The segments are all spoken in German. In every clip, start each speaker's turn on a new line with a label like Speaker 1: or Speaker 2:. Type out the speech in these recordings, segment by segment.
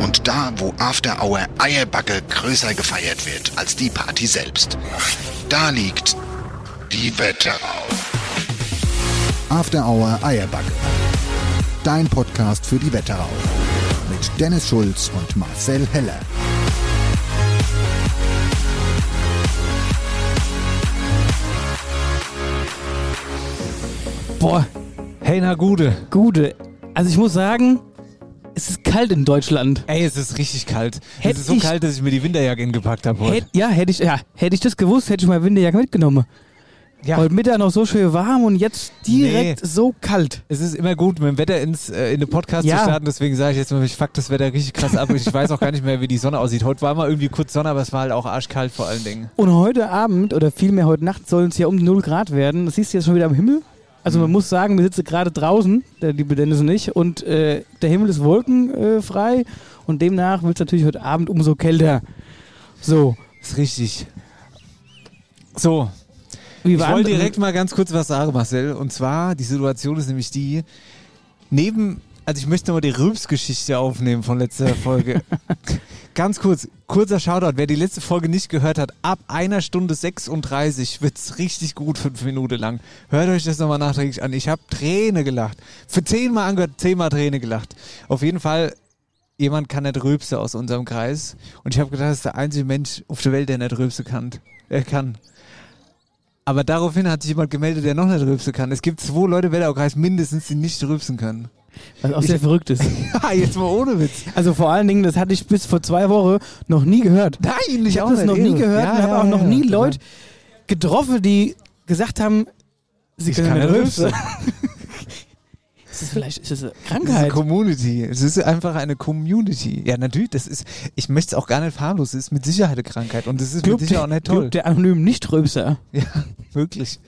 Speaker 1: Und da, wo After Hour Eierbacke größer gefeiert wird als die Party selbst. Da liegt die Wetterau.
Speaker 2: After Hour Eierbacke. Dein Podcast für die Wetterau. Mit Dennis Schulz und Marcel Heller.
Speaker 3: Boah, hey na Gude.
Speaker 4: Gude. Also ich muss sagen, es ist kalt in Deutschland.
Speaker 3: Ey, es ist richtig kalt.
Speaker 4: Hätt
Speaker 3: es ist so
Speaker 4: ich-
Speaker 3: kalt, dass ich mir die Winterjacke hingepackt habe heute.
Speaker 4: Hätt, ja, hätte ich, ja, hätte ich das gewusst, hätte ich mal Winterjacke mitgenommen.
Speaker 3: ja.
Speaker 4: Heute Mittag noch so schön warm und jetzt direkt
Speaker 3: Nee.
Speaker 4: so kalt.
Speaker 3: Es ist immer gut, mit dem Wetter ins, äh, in den Podcast
Speaker 4: Ja.
Speaker 3: zu starten. Deswegen sage ich jetzt mal, ich fuck das Wetter richtig krass ab. ich weiß auch gar nicht mehr, wie die Sonne aussieht. Heute war mal irgendwie kurz Sonne, aber es war halt auch arschkalt vor allen Dingen.
Speaker 4: Und heute Abend oder vielmehr heute Nacht sollen es ja um die 0 Grad werden. Das siehst du jetzt schon wieder am Himmel.
Speaker 3: Mhm.
Speaker 4: Also man muss sagen, wir sitzen gerade draußen, der liebe Dennis und ich, und äh, der Himmel ist wolkenfrei und demnach wird es natürlich heute Abend umso kälter. So,
Speaker 3: Ist richtig. So,
Speaker 4: wie
Speaker 3: ich
Speaker 4: war
Speaker 3: wollte direkt mal ganz kurz was sagen, Marcel. Und zwar, die Situation ist nämlich die, neben, also ich möchte nochmal die Rübs-Geschichte aufnehmen von letzter Folge. ganz kurz, kurzer Shoutout. Wer die letzte Folge nicht gehört hat, ab einer Stunde 36 wird's richtig gut, fünf Minuten lang. Hört euch das nochmal nachträglich an. Ich habe Träne gelacht. Für zehnmal angehört, zehnmal Träne gelacht. Auf jeden Fall, jemand kann nicht Rülpse aus unserem Kreis. Und ich habe gedacht, das ist der einzige Mensch auf der Welt, der nicht Rülpse kann. Er kann. Aber daraufhin hat sich jemand gemeldet, der noch nicht rülpsen kann. Es gibt zwei Leute im Wetteraukreis mindestens, die nicht rülpsen können.
Speaker 4: Was auch sehr verrückt ist.
Speaker 3: Ha, jetzt mal ohne Witz.
Speaker 4: Also vor allen Dingen, das hatte ich bis vor zwei Wochen noch nie gehört.
Speaker 3: Nein,
Speaker 4: Ich habe das noch nie gehört und habe auch noch nie Leute getroffen, die gesagt haben, sie
Speaker 3: Ich
Speaker 4: können
Speaker 3: kann
Speaker 4: nicht
Speaker 3: nicht
Speaker 4: rülpsen. ist das vielleicht ist das eine
Speaker 3: Das ist eine
Speaker 4: Krankheit?
Speaker 3: Community. Es ist einfach eine Community. Ja, natürlich, das ist, ich möchte es auch gar nicht harmlos. Es ist mit Sicherheit eine Krankheit und das ist mit Sicherheit auch nicht toll.
Speaker 4: Club der anonymen Nichtrülpser.
Speaker 3: Ja, wirklich.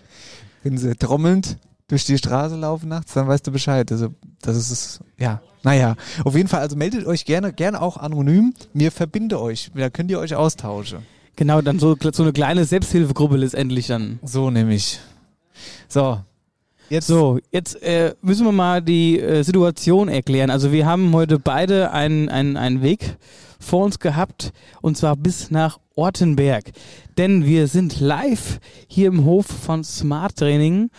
Speaker 3: Wenn sie trommelnd durch die Straße laufen nachts, dann weißt du Bescheid. Also, das ist es, ja. Naja, auf jeden Fall, also meldet euch gerne, gerne auch anonym. Mir verbinde euch. Da könnt ihr euch austauschen.
Speaker 4: Genau, dann so, so eine kleine Selbsthilfegruppe letztendlich dann.
Speaker 3: So nämlich. So. Jetzt
Speaker 4: So, jetzt äh, müssen wir mal die äh, Situation erklären. Also wir haben heute beide einen, einen, einen Weg vor uns gehabt und zwar bis nach Ortenberg. Denn wir sind live hier im Hof von Smart Training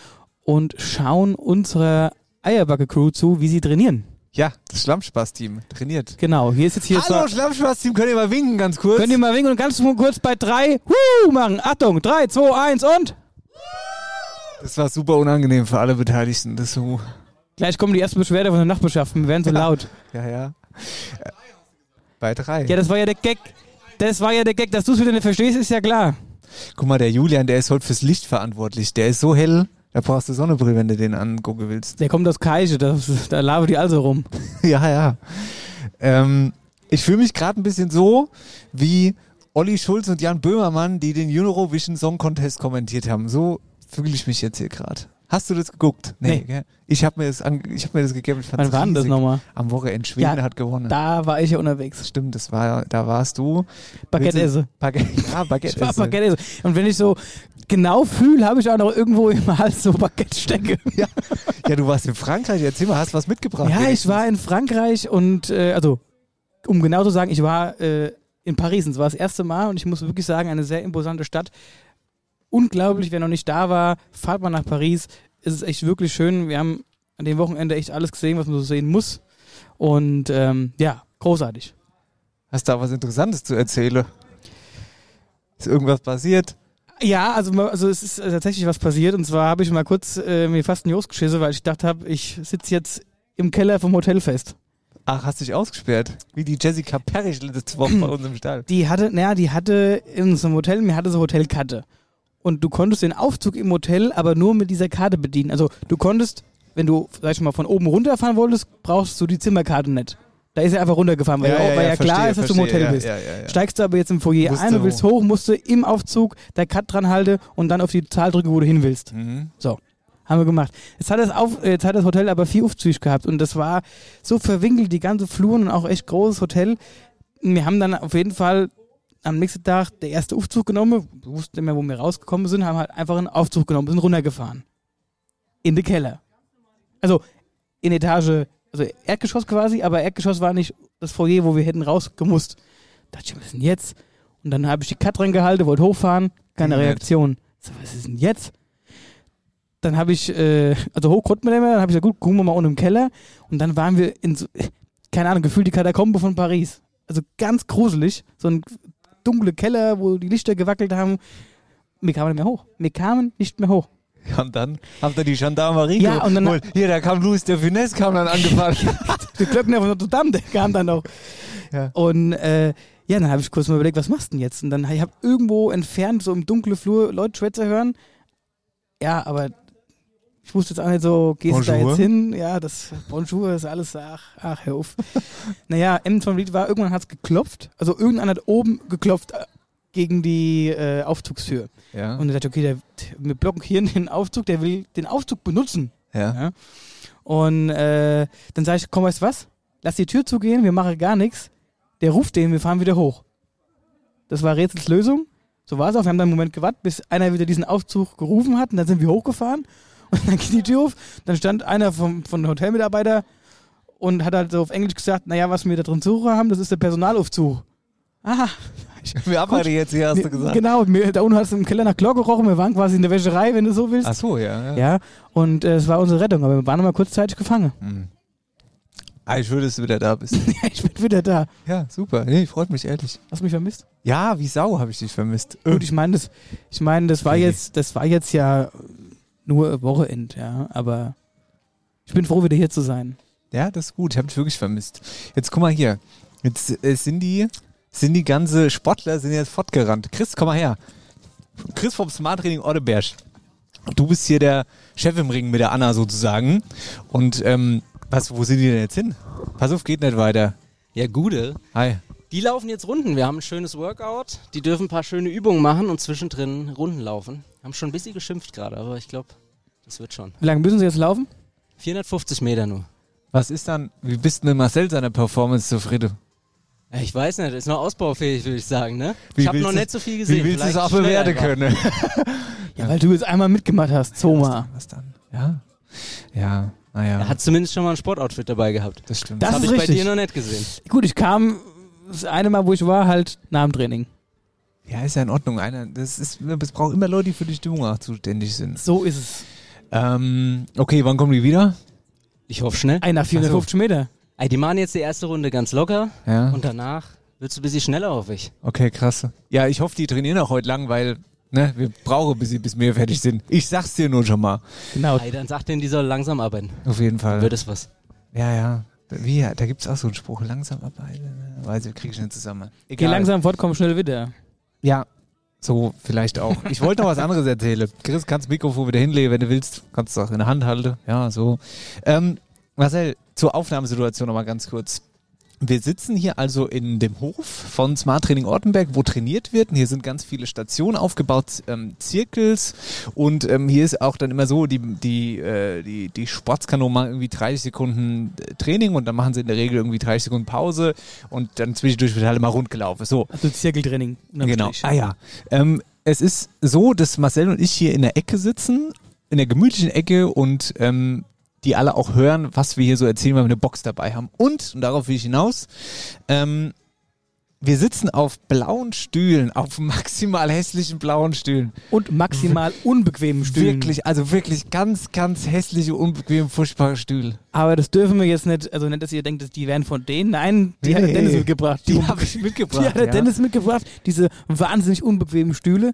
Speaker 4: und schauen unserer Eierbacke-Crew zu, wie sie trainieren.
Speaker 3: Ja, das Schlammspaß-Team trainiert.
Speaker 4: Genau, hier ist jetzt hier
Speaker 3: Hallo
Speaker 4: so...
Speaker 3: Schlammspaß-Team, könnt ihr mal winken ganz kurz?
Speaker 4: Könnt ihr mal winken und ganz kurz bei drei Huh machen. Achtung, drei, zwei, eins und...
Speaker 3: das war super unangenehm für alle Beteiligten. Das so.
Speaker 4: Gleich kommen die ersten Beschwerde von der Nachbarschaft, wir werden so laut.
Speaker 3: Ja, ja. Äh, Bei drei.
Speaker 4: Ja, das war ja der Gag. Das war ja der Gag, dass du es wieder nicht verstehst, ist ja klar.
Speaker 3: Guck mal, der Julian, der ist heute fürs Licht verantwortlich. Der ist so hell, da brauchst du Sonnenbrille, wenn du den angucken willst.
Speaker 4: Der kommt aus Kaiche, das, da labert die also rum.
Speaker 3: ja, ja. Ähm, ich fühle mich gerade ein bisschen so wie Olli Schulz und Jan Böhmermann, die den Eurovision Song Contest kommentiert haben. So fühle ich mich jetzt hier gerade. Hast du das geguckt?
Speaker 4: Nee.
Speaker 3: gell? Ich habe mir, das an- ich hab mir das gegeben. Ich
Speaker 4: Wann
Speaker 3: fand's
Speaker 4: war denn das
Speaker 3: riesig.
Speaker 4: nochmal?
Speaker 3: Am Wochenende Schweden
Speaker 4: Ja,
Speaker 3: hat gewonnen.
Speaker 4: Da war ich ja unterwegs.
Speaker 3: Stimmt, das war, da warst du.
Speaker 4: Baguette
Speaker 3: Willst du-
Speaker 4: esse.
Speaker 3: Baguette, ja, Baguette
Speaker 4: Ich war
Speaker 3: esse.
Speaker 4: Baguette essen. Und wenn ich so genau fühle, habe ich auch noch irgendwo im Hals so Baguette stecke.
Speaker 3: Ja, du warst in Frankreich. Erzähl mal, hast du was mitgebracht?
Speaker 4: Ja, ich war in Frankreich und, äh, also, um genau zu sagen, ich war äh, in Paris und es war das erste Mal und ich muss wirklich sagen, eine sehr imposante Stadt. Unglaublich, wer noch nicht da war, fahrt mal nach Paris. Es ist echt wirklich schön. Wir haben an dem Wochenende echt alles gesehen, was man so sehen muss. Und ähm, ja, großartig.
Speaker 3: Hast du da was Interessantes zu erzählen? Ist irgendwas passiert?
Speaker 4: Ja, also, ma- also es ist äh, tatsächlich was passiert. Und zwar habe ich mal kurz äh, mir fast einen Jost geschissen, weil ich gedacht habe, ich sitze jetzt im Keller vom Hotel fest.
Speaker 3: Ach, hast dich ausgesperrt. Wie die Jessica Parrish letzte Woche bei uns im Stall.
Speaker 4: Die hatte, naja, die hatte in so einem Hotel, mir hatte so Hotelkarte. Und du konntest den Aufzug im Hotel aber nur mit dieser Karte bedienen. Also du konntest, wenn du, sag ich mal, von oben runterfahren wolltest, brauchst du die Zimmerkarte nicht. Da ist er einfach runtergefahren, weil ja, weil ja klar ist, dass du im Hotel
Speaker 3: ja,
Speaker 4: bist.
Speaker 3: Ja, ja, ja.
Speaker 4: Steigst du aber jetzt im Foyer
Speaker 3: Wusste
Speaker 4: ein und willst
Speaker 3: wo.
Speaker 4: hoch, musst du im Aufzug der Cut dran halten und dann auf die Zahl drücken, wo du hin willst.
Speaker 3: Mhm.
Speaker 4: Haben wir gemacht. Jetzt hat das, auf, äh, jetzt hat das Hotel aber viel Aufzüge gehabt und das war so verwinkelt, die ganze Fluren und auch echt großes Hotel. Wir haben dann auf jeden Fall am nächsten Tag der erste Aufzug genommen, wir wussten nicht mehr, wo wir rausgekommen sind, haben halt einfach einen Aufzug genommen, sind runtergefahren. In den Keller. Also in Etage, also Erdgeschoss quasi, aber Erdgeschoss war nicht das Foyer, wo wir hätten rausgemusst. Dachte ich, was ist denn jetzt? Und dann habe ich die Cut dran gehalten, wollte hochfahren, keine
Speaker 3: Ging nicht.
Speaker 4: Reaktion. So, was ist denn jetzt? Dann habe ich, äh, also hoch konnten wir nicht mehr, dann habe ich gesagt, gut, gucken wir mal unten im Keller. Und dann waren wir in so, keine Ahnung, gefühlt die Katakombe von Paris. Also ganz gruselig. So ein dunkle Keller, wo die Lichter gewackelt haben. Wir kamen nicht mehr hoch. Wir kamen nicht mehr hoch.
Speaker 3: Ja, und dann habt ihr die Gendarmerie
Speaker 4: Ja, und dann-
Speaker 3: geholt. Hier, da kam Louis der Finesse, kam dann angefahren.
Speaker 4: Die Glöckner von Notre Dame, der kam dann noch.
Speaker 3: Ja.
Speaker 4: Und äh, ja, dann habe ich kurz mal überlegt, was machst du denn jetzt? Und dann habe ich hab irgendwo entfernt, so im dunklen Flur, Leute Schwätzer hören. Ja, aber ich wusste jetzt auch nicht so, gehst du da
Speaker 3: Bonjour.
Speaker 4: jetzt hin? Ja, das Bonjour ist alles, ach, ach hör auf. naja, M. von Vliet war, irgendwann hat es geklopft. Also irgendwann hat oben geklopft äh, gegen die äh, Aufzugstür.
Speaker 3: ja,
Speaker 4: Und er sagt, okay, der, wir blockieren den Aufzug, der will den Aufzug benutzen.
Speaker 3: ja.
Speaker 4: Und äh, dann sage ich, komm, weißt du was? Lass die Tür zugehen, wir machen gar nichts. Der ruft den, wir fahren wieder hoch. Das war Rätsels Lösung. So war es auch. Wir haben dann einen Moment gewartet, bis einer wieder diesen Aufzug gerufen hat und dann sind wir hochgefahren. Und dann ging die Tür auf. Dann stand einer vom, von den Hotelmitarbeiter und hat halt so auf Englisch gesagt, naja, was wir da drin zu suchen haben, das ist der Personalaufzug. Aha.
Speaker 3: Wir arbeiten jetzt hier, hast du gesagt.
Speaker 4: Genau, mir, da unten hat es im Keller nach Chlor gerochen, wir waren quasi in der Wäscherei, wenn du so willst.
Speaker 3: Ach so, ja. ja.
Speaker 4: Ja, und äh, es war unsere Rettung, aber wir waren noch mal kurzzeitig gefangen.
Speaker 3: Hm. Ah, ich würde, dass du wieder da bist.
Speaker 4: ich bin wieder da.
Speaker 3: ja, super. Nee, freut mich ehrlich.
Speaker 4: Hast du mich vermisst?
Speaker 3: Ja, wie Sau habe ich dich vermisst.
Speaker 4: Gut, ich meine, das, ich meine, das war
Speaker 3: Nee.
Speaker 4: jetzt, das war jetzt ja nur Wochenend, ja, aber ich bin froh, wieder hier zu sein.
Speaker 3: Ja, das ist gut. Ich habe dich wirklich vermisst. Jetzt guck mal hier. Jetzt äh, sind die, sind die ganze Sportler sind jetzt fortgerannt. Chris, komm mal her. Chris vom Smart Training Ordeberg. Du bist hier der Chef im Ring mit der Anna sozusagen. Und ähm, was, wo sind die denn jetzt hin? Pass auf, geht nicht weiter.
Speaker 5: Ja, gute.
Speaker 3: Hi.
Speaker 5: Die laufen jetzt Runden. Wir haben ein schönes Workout. Die dürfen ein paar schöne Übungen machen und zwischendrin Runden laufen. Haben schon ein bisschen geschimpft gerade, aber ich glaube, das wird schon.
Speaker 4: Wie lange müssen Sie jetzt laufen?
Speaker 5: 450 Meter nur.
Speaker 3: Was ist dann, wie bist du mit Marcel seiner Performance zufrieden?
Speaker 5: Ja, Ich weiß nicht, ist noch ausbaufähig, würde ich sagen, ne?
Speaker 3: Wie
Speaker 5: ich habe
Speaker 3: willst
Speaker 5: noch
Speaker 3: du-
Speaker 5: nicht so viel gesehen.
Speaker 3: Wie willst du es
Speaker 5: Vielleicht
Speaker 3: auch
Speaker 5: schneller
Speaker 3: bewerten
Speaker 5: einfach.
Speaker 3: können?
Speaker 4: Ja, weil du jetzt einmal mitgemacht hast, Zoma.
Speaker 3: Was dann? Ja. Ja, naja.
Speaker 5: Er hat zumindest schon mal ein Sportoutfit dabei gehabt.
Speaker 3: das stimmt.
Speaker 4: Das
Speaker 5: habe
Speaker 4: ist
Speaker 5: ich bei dir
Speaker 4: richtig.
Speaker 5: noch nicht gesehen.
Speaker 4: Gut, ich kam das eine Mal, wo ich war, halt nach dem Training.
Speaker 3: Ja, ist ja in Ordnung. Einer, das ist, es braucht immer Leute, die für die Stimmung auch zuständig sind.
Speaker 4: So ist es.
Speaker 3: Ähm, okay, wann kommen die wieder?
Speaker 5: Ich hoffe schnell.
Speaker 4: Einer 450 Meter.
Speaker 5: Ey, die machen jetzt die erste Runde ganz locker
Speaker 3: Ja.
Speaker 5: und danach wird es ein bisschen schneller, hoffe ich.
Speaker 3: Okay, krass. Ja, ich hoffe, die trainieren auch heute lang, weil ne, wir brauchen, bis, sie- bis wir fertig sind. Ich sag's dir nur schon mal.
Speaker 4: Genau.
Speaker 5: Ey, dann sag denen, die sollen langsam arbeiten.
Speaker 3: Auf jeden Fall.
Speaker 5: Wird es was.
Speaker 3: Ja, ja. Wie, da gibt's auch so einen Spruch, langsam arbeiten. ne? Weiß ich, krieg ich nicht zusammen.
Speaker 4: Geh langsam fort, komm schnell wieder.
Speaker 3: Ja, so vielleicht auch. Ich wollte noch was anderes erzählen. Chris, kannst das Mikrofon wieder hinlegen, wenn du willst. Kannst es auch in der Hand halten. Ja, so. Ähm, Marcel, zur Aufnahmesituation nochmal ganz kurz. Wir sitzen hier also in dem Hof von Smart Training Ortenberg, wo trainiert wird. Und hier sind ganz viele Stationen aufgebaut, ähm, Zirkels. Und ähm, hier ist auch dann immer so, die, die, äh, die, die Sportskanonen machen irgendwie 30 Sekunden äh, Training und dann machen sie in der Regel irgendwie 30 Sekunden Pause und dann zwischendurch wird halt immer rundgelaufen. So,
Speaker 4: Also Zirkeltraining. unterm
Speaker 3: Genau.
Speaker 4: Strich.
Speaker 3: Ah ja. Ähm, es ist so, dass Marcel und ich hier in der Ecke sitzen, in der gemütlichen Ecke und ähm, die alle auch hören, was wir hier so erzählen, weil wir eine Box dabei haben. Und, und darauf will ich hinaus, ähm, wir sitzen auf blauen Stühlen, auf maximal hässlichen blauen Stühlen.
Speaker 4: Und maximal unbequemen Stühlen.
Speaker 3: Wirklich, also wirklich ganz, ganz hässliche, unbequem, furchtbare Stühle.
Speaker 4: Aber das dürfen wir jetzt nicht, also nicht, dass ihr denkt, dass die wären von denen. Nein, die hat der
Speaker 3: Nee.
Speaker 4: Dennis mitgebracht.
Speaker 3: Die
Speaker 4: unbe-
Speaker 3: habe ich mitgebracht.
Speaker 4: die hat der
Speaker 3: ja.
Speaker 4: Dennis mitgebracht. Diese wahnsinnig unbequemen Stühle.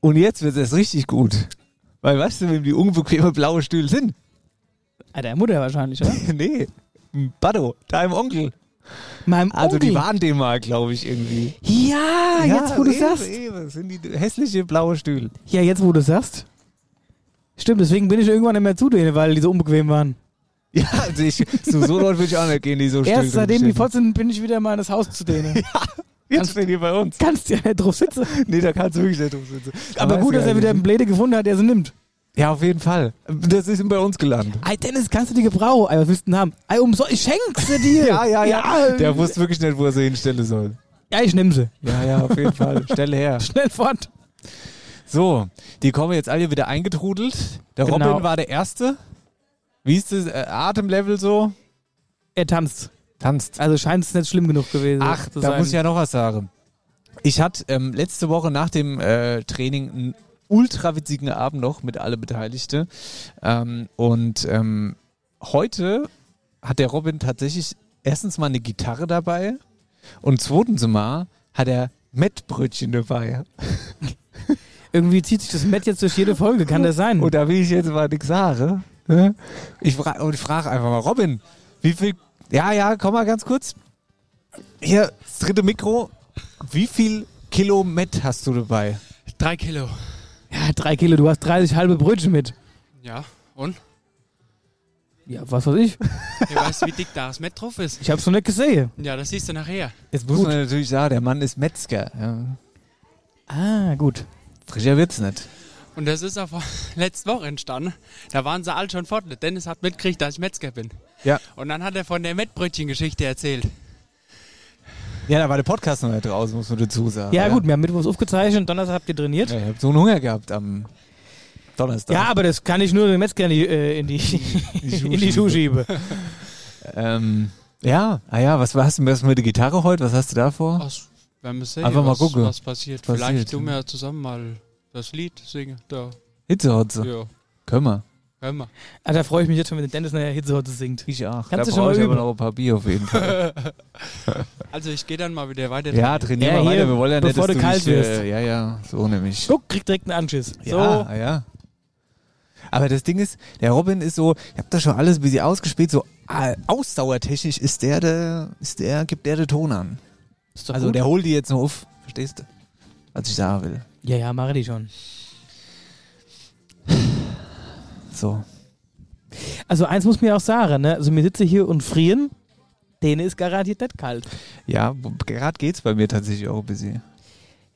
Speaker 3: Und jetzt wird es erst richtig gut. Weil weißt du, wem die unbequeme blaue Stühle sind?
Speaker 4: Ah, der Mutter wahrscheinlich, oder?
Speaker 3: nee, ein Baddo, deinem Onkel.
Speaker 4: Meinem
Speaker 3: Also
Speaker 4: Onkel.
Speaker 3: die waren dem mal, glaube ich, irgendwie.
Speaker 4: Ja, jetzt wo du
Speaker 3: eben,
Speaker 4: sagst.
Speaker 3: Eben, sind die hässliche blaue Stühle.
Speaker 4: Ja, jetzt wo du sagst. Stimmt, deswegen bin ich irgendwann nicht mehr zu denen, weil die so unbequem waren.
Speaker 3: Ja, also ich, so, so Leute würde ich auch nicht gehen, die so still
Speaker 4: Erst seitdem die
Speaker 3: drinstehen.
Speaker 4: fort sind, bin ich wieder mal in das Haus zu denen.
Speaker 3: Jetzt stehen die bei uns.
Speaker 4: Kannst ja nicht drauf sitzen.
Speaker 3: Nee, da kannst du wirklich nicht drum sitzen.
Speaker 4: Aber
Speaker 3: Weißt
Speaker 4: gut,
Speaker 3: du
Speaker 4: dass er wieder einen
Speaker 3: eigentlich.
Speaker 4: Blade gefunden hat, der sie nimmt.
Speaker 3: Ja, auf jeden Fall. Das ist bei uns gelandet.
Speaker 4: Ey, Dennis, kannst du die gebrauchen? Ey, was willst du denn haben? Ey, umso ich schenk sie dir.
Speaker 3: Der wusste wirklich nicht, wo er sie hinstellen soll.
Speaker 4: ja, ich nehm sie.
Speaker 3: Ja, ja, auf jeden Fall. Stelle her.
Speaker 4: Schnell fort.
Speaker 3: So, die kommen jetzt alle wieder eingetrudelt. Der
Speaker 4: Genau.
Speaker 3: Robin war der Erste. Wie ist das äh, Atemlevel so?
Speaker 4: Er tanzt.
Speaker 3: Tanzt.
Speaker 4: Also scheint es nicht schlimm genug gewesen
Speaker 3: Ach,
Speaker 4: zu
Speaker 3: da
Speaker 4: sein.
Speaker 3: muss ich ja noch was sagen. Ich hatte ähm, letzte Woche nach dem äh, Training einen ultra witzigen Abend noch mit alle Beteiligten. Ähm, und ähm, heute hat der Robin tatsächlich erstens mal eine Gitarre dabei und zweitens mal hat er Mettbrötchen dabei.
Speaker 4: Irgendwie zieht sich das Matt jetzt durch jede Folge, kann das sein?
Speaker 3: Und da will ich jetzt mal nichts sagen. ne? Ich frage und ich frage einfach mal, Robin, wie viel. Ja, ja, komm mal ganz kurz. Hier, das dritte Mikro. Wie viel Kilo Met hast du dabei?
Speaker 6: Drei Kilo.
Speaker 4: ja, drei Kilo, du hast 30 halbe Brötchen mit.
Speaker 6: Ja, und?
Speaker 4: Ja, was weiß ich?
Speaker 6: Ihr weißt, wie dick da das Met drauf ist.
Speaker 4: Ich hab's noch nicht gesehen.
Speaker 6: Ja, das siehst du nachher.
Speaker 3: Jetzt muss man natürlich sagen, der Mann ist Metzger. Ja.
Speaker 4: Ah, gut.
Speaker 3: Frischer wird's nicht.
Speaker 6: Und das ist auch vor- letzte Woche entstanden. Da waren sie alle schon fort. Dennis hat mitgekriegt, dass ich Metzger bin.
Speaker 3: Ja.
Speaker 6: Und dann hat er von der Mettbrötchen-Geschichte erzählt.
Speaker 3: Ja, da war der Podcast noch nicht draußen, muss man dazu sagen.
Speaker 4: Ja, gut, wir haben Mittwochs aufgezeichnet, Donnerstag habt ihr trainiert.
Speaker 3: Ja, ich habe so einen Hunger gehabt am Donnerstag.
Speaker 4: Ja, aber das kann ich nur dem Metzger in die, äh, in die, in die Schuhe schieben.
Speaker 3: Ähm, ja, ah ja, was hast du was mit der Gitarre heute? Was hast du da vor?
Speaker 6: Was, wenn wir sehen,
Speaker 3: Einfach mal
Speaker 6: was,
Speaker 3: gucken,
Speaker 6: was passiert.
Speaker 3: was
Speaker 6: Vielleicht
Speaker 3: passiert,
Speaker 6: tun
Speaker 3: ja.
Speaker 6: wir zusammen mal das Lied singen. Da,
Speaker 3: Hitzehotze.
Speaker 6: ja.
Speaker 3: Können wir.
Speaker 6: Hör mal.
Speaker 4: Ah, da freue ich mich jetzt schon, wenn der Dennis nachher Hitze singt.
Speaker 3: Ich auch.
Speaker 4: Kannst du
Speaker 3: da
Speaker 4: schon
Speaker 3: brauche
Speaker 4: mal
Speaker 3: ich
Speaker 4: üben.
Speaker 3: aber noch ein paar Bier auf jeden Fall.
Speaker 6: Also ich gehe dann mal wieder weiter.
Speaker 3: Ja, trainieren
Speaker 4: Ja,
Speaker 3: wir
Speaker 4: hier,
Speaker 3: weiter. Wir wollen ja nicht,
Speaker 4: bevor
Speaker 3: dass
Speaker 4: du
Speaker 3: du
Speaker 4: kalt
Speaker 3: dich, äh,
Speaker 4: wirst.
Speaker 3: Ja, ja, so nämlich.
Speaker 4: Guck, kriegt direkt einen Anschiss.
Speaker 3: Ja, ah, ja. Aber das Ding ist, der Robin ist so, ich hab da schon alles ein bisschen ausgespielt, so ah, ausdauertechnisch ist der, der, ist der, gibt der den Ton an.
Speaker 4: So, ist doch
Speaker 3: also
Speaker 4: gut.
Speaker 3: der holt die jetzt noch auf, verstehst du? Was ich sagen will.
Speaker 4: ja, ja, mache die schon.
Speaker 3: So.
Speaker 4: Also eins muss mir auch sagen, ne? Also mir sitze hier und frieren, denen ist garantiert nicht kalt.
Speaker 3: Ja, gerade geht's bei mir tatsächlich auch ein bisschen.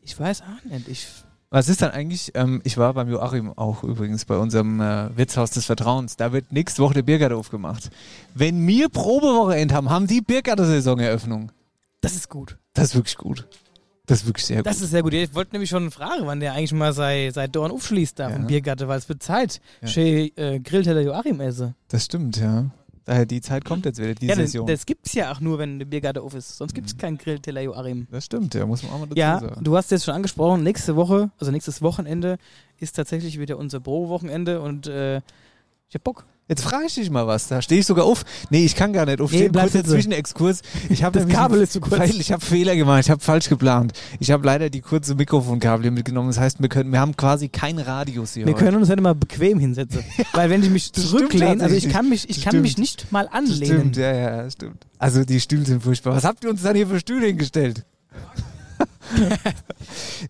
Speaker 4: Ich weiß auch nicht. Ich,
Speaker 3: Was ist dann eigentlich? Ähm, ich war beim Joachim auch übrigens bei unserem äh, Wirtshaus des Vertrauens. Da wird nächste Woche der Biergarten aufgemacht. Wenn wir Probewochenend haben, haben die Biergarten-Saisoneröffnung.
Speaker 4: das ist gut.
Speaker 3: Das ist wirklich gut. Das ist wirklich sehr gut.
Speaker 4: Das ist sehr gut. Ich wollte nämlich schon fragen, wann der eigentlich mal sei, sei Dorn aufschließt da
Speaker 3: Ja.
Speaker 4: vom Biergatte, weil es wird Zeit.
Speaker 3: Ja.
Speaker 4: Schön äh, Grillteller Joachim esse.
Speaker 3: Das stimmt, ja. Daher die Zeit kommt jetzt wieder, die Mhm.
Speaker 4: ja, das,
Speaker 3: Saison. Das,
Speaker 4: das gibt's ja auch nur, wenn der Biergatte auf ist. Sonst gibt's keinen Grillteller Joachim.
Speaker 3: stimmt, ja, muss man auch mal dazu
Speaker 4: Ja,
Speaker 3: sagen.
Speaker 4: du hast jetzt schon angesprochen, nächste Woche, also nächstes Wochenende ist tatsächlich wieder unser Pro-Wochenende und äh, ich hab Bock.
Speaker 3: Jetzt frage ich dich mal was, da stehe ich sogar auf. Nee, ich kann gar nicht
Speaker 4: Nee,
Speaker 3: aufstehen.
Speaker 4: bleib
Speaker 3: Kurzer
Speaker 4: sitzen.
Speaker 3: Zwischenexkurs. Ich habe
Speaker 4: Also, Das Kabel ist zu kurz.
Speaker 3: Weil ich habe Fehler gemacht, ich habe falsch geplant. Ich habe leider die kurze Mikrofonkabel hier mitgenommen. Das heißt, wir, können, wir haben quasi kein Radius hier
Speaker 4: Wir
Speaker 3: heute.
Speaker 4: können uns halt immer bequem hinsetzen. Weil wenn ich mich
Speaker 3: Das
Speaker 4: zurücklehne,
Speaker 3: stimmt
Speaker 4: also ich
Speaker 3: tatsächlich.
Speaker 4: kann mich, ich
Speaker 3: Das
Speaker 4: kann mich
Speaker 3: stimmt.
Speaker 4: nicht mal
Speaker 3: Das Stimmt,
Speaker 4: anlehnen.
Speaker 3: ja, ja, das stimmt. Also die Stühle sind furchtbar. Was habt ihr uns dann hier für Stühle hingestellt?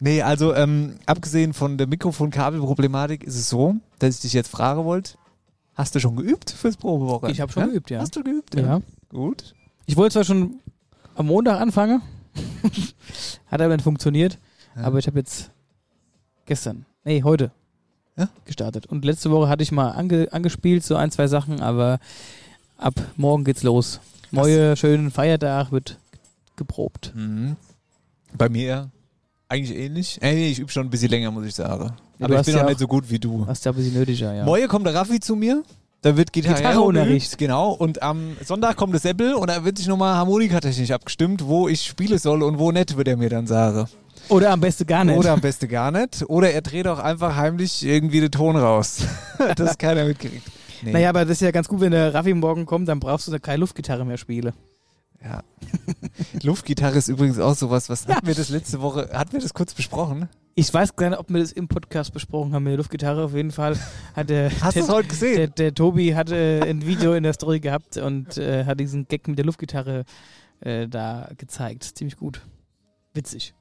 Speaker 3: nee, also ähm, abgesehen von der Mikrofonkabelproblematik ist es so, dass ich dich jetzt fragen wollte, hast du schon geübt fürs Probewoche?
Speaker 4: Ich habe schon geübt, ja.
Speaker 3: Hast du geübt?
Speaker 4: ja.
Speaker 3: Gut.
Speaker 4: Ich wollte zwar schon am Montag anfangen, hat aber nicht funktioniert,
Speaker 3: Ja.
Speaker 4: aber ich habe jetzt gestern, nee, heute
Speaker 3: Ja.
Speaker 4: gestartet. Und letzte Woche hatte ich mal ange, angespielt, so ein, zwei Sachen, aber ab morgen geht's los. Neue, schönen Feiertag wird geprobt.
Speaker 3: Mhm. Bei mir eigentlich ähnlich. Äh, nee, ich übe schon ein bisschen länger, muss ich sagen.
Speaker 4: Ja, du
Speaker 3: Aber ich
Speaker 4: hast
Speaker 3: bin
Speaker 4: ja
Speaker 3: noch
Speaker 4: auch-
Speaker 3: nicht so gut wie du.
Speaker 4: Was da ein bisschen nötiger, ja.
Speaker 3: Moje kommt der Raffi zu mir. Da wird Gitarre
Speaker 4: Gitarreunterricht.
Speaker 3: geübt, Genau. Und am Sonntag kommt das Apple und da wird sich nochmal harmonikatechnisch abgestimmt, wo ich spielen soll und wo nicht, wird er mir dann sagen.
Speaker 4: Oder am besten gar nicht.
Speaker 3: Oder am besten gar nicht. Oder er dreht auch einfach heimlich irgendwie den Ton raus. dass keiner mitkriegt. Nee.
Speaker 4: naja, aber das ist ja ganz gut, wenn der Raffi morgen kommt, dann brauchst du da keine Luftgitarre mehr spielen.
Speaker 3: Ja. Luftgitarre ist übrigens auch sowas, was hatten wir das letzte Woche, hatten wir das kurz besprochen?
Speaker 4: Ich weiß gar nicht, ob wir das im Podcast besprochen haben mit der Luftgitarre. Auf jeden Fall hat der,
Speaker 3: Hast du es
Speaker 4: der,
Speaker 3: heute
Speaker 4: der,
Speaker 3: gesehen?
Speaker 4: der Tobi hat äh, ein Video in der Story gehabt und äh, hat diesen Gag mit der Luftgitarre äh, da gezeigt. Ziemlich gut. Witzig.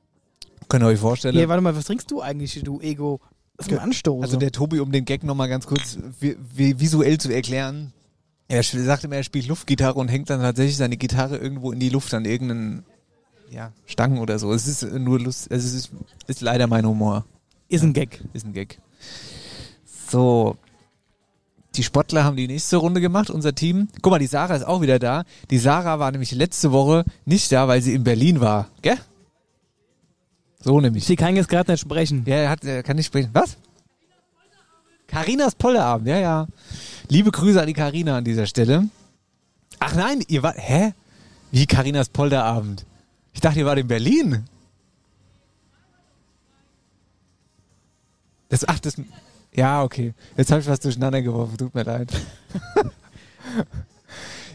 Speaker 3: Könnt ihr euch vorstellen?
Speaker 4: Hier, warte mal, was trinkst du eigentlich, du Ego? Das ist ein Anstoß.
Speaker 3: Also der Tobi, um den Gag nochmal ganz kurz vi vi visuell zu erklären, er sp- sagt immer, er spielt Luftgitarre und hängt dann tatsächlich seine Gitarre irgendwo in die Luft an irgendeinen ja, Stangen oder so. Es ist äh, nur Lust, es ist, ist leider mein Humor,
Speaker 4: ist ein Gag.
Speaker 3: ist ein Gag. So, die Sportler haben die nächste Runde gemacht, unser Team. Guck mal, die Sarah ist auch wieder da. Die Sarah war nämlich letzte Woche nicht da, weil sie in Berlin war, gell? So nämlich.
Speaker 4: Sie kann jetzt gerade nicht sprechen.
Speaker 3: Ja, er, hat, er kann nicht sprechen. Was? Karinas Pollerabend, ja, ja. Liebe Grüße an die Karina an dieser Stelle. Ach nein, ihr wart. Hä? Wie Karinas Polderabend? Ich dachte, ihr wart in Berlin. Das, ach, das. Ja, okay. Jetzt habe ich was durcheinander geworfen. Tut mir leid.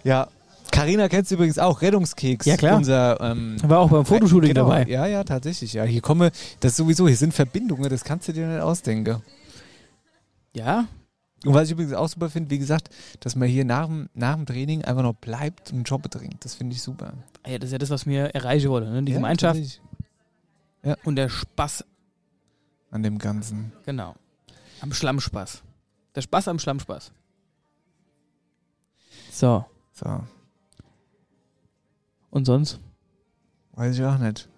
Speaker 3: ja. Karina kennst du übrigens auch. Rettungskeks.
Speaker 4: Ja, klar.
Speaker 3: Unser ähm,
Speaker 4: War auch beim Fotoshooting
Speaker 3: Genau,
Speaker 4: dabei.
Speaker 3: Ja, ja, tatsächlich. Ja, hier komme, das sowieso, hier sind Verbindungen, das kannst du dir nicht ausdenken.
Speaker 4: Ja,
Speaker 3: Und was ich übrigens auch super finde, wie gesagt, dass man hier nach dem, nach dem Training einfach noch bleibt und einen Job trinkt. Das finde ich super.
Speaker 4: Ah ja, das ist ja das, was mir erreichen wollte. Ne? Die
Speaker 3: ja,
Speaker 4: Gemeinschaft
Speaker 3: tatsächlich.
Speaker 4: und der Spaß,
Speaker 3: An dem Ganzen.
Speaker 4: genau. Am Schlammspaß. Der Spaß am Schlammspaß. So,
Speaker 3: So,
Speaker 4: und sonst?
Speaker 3: weiß ich auch nicht.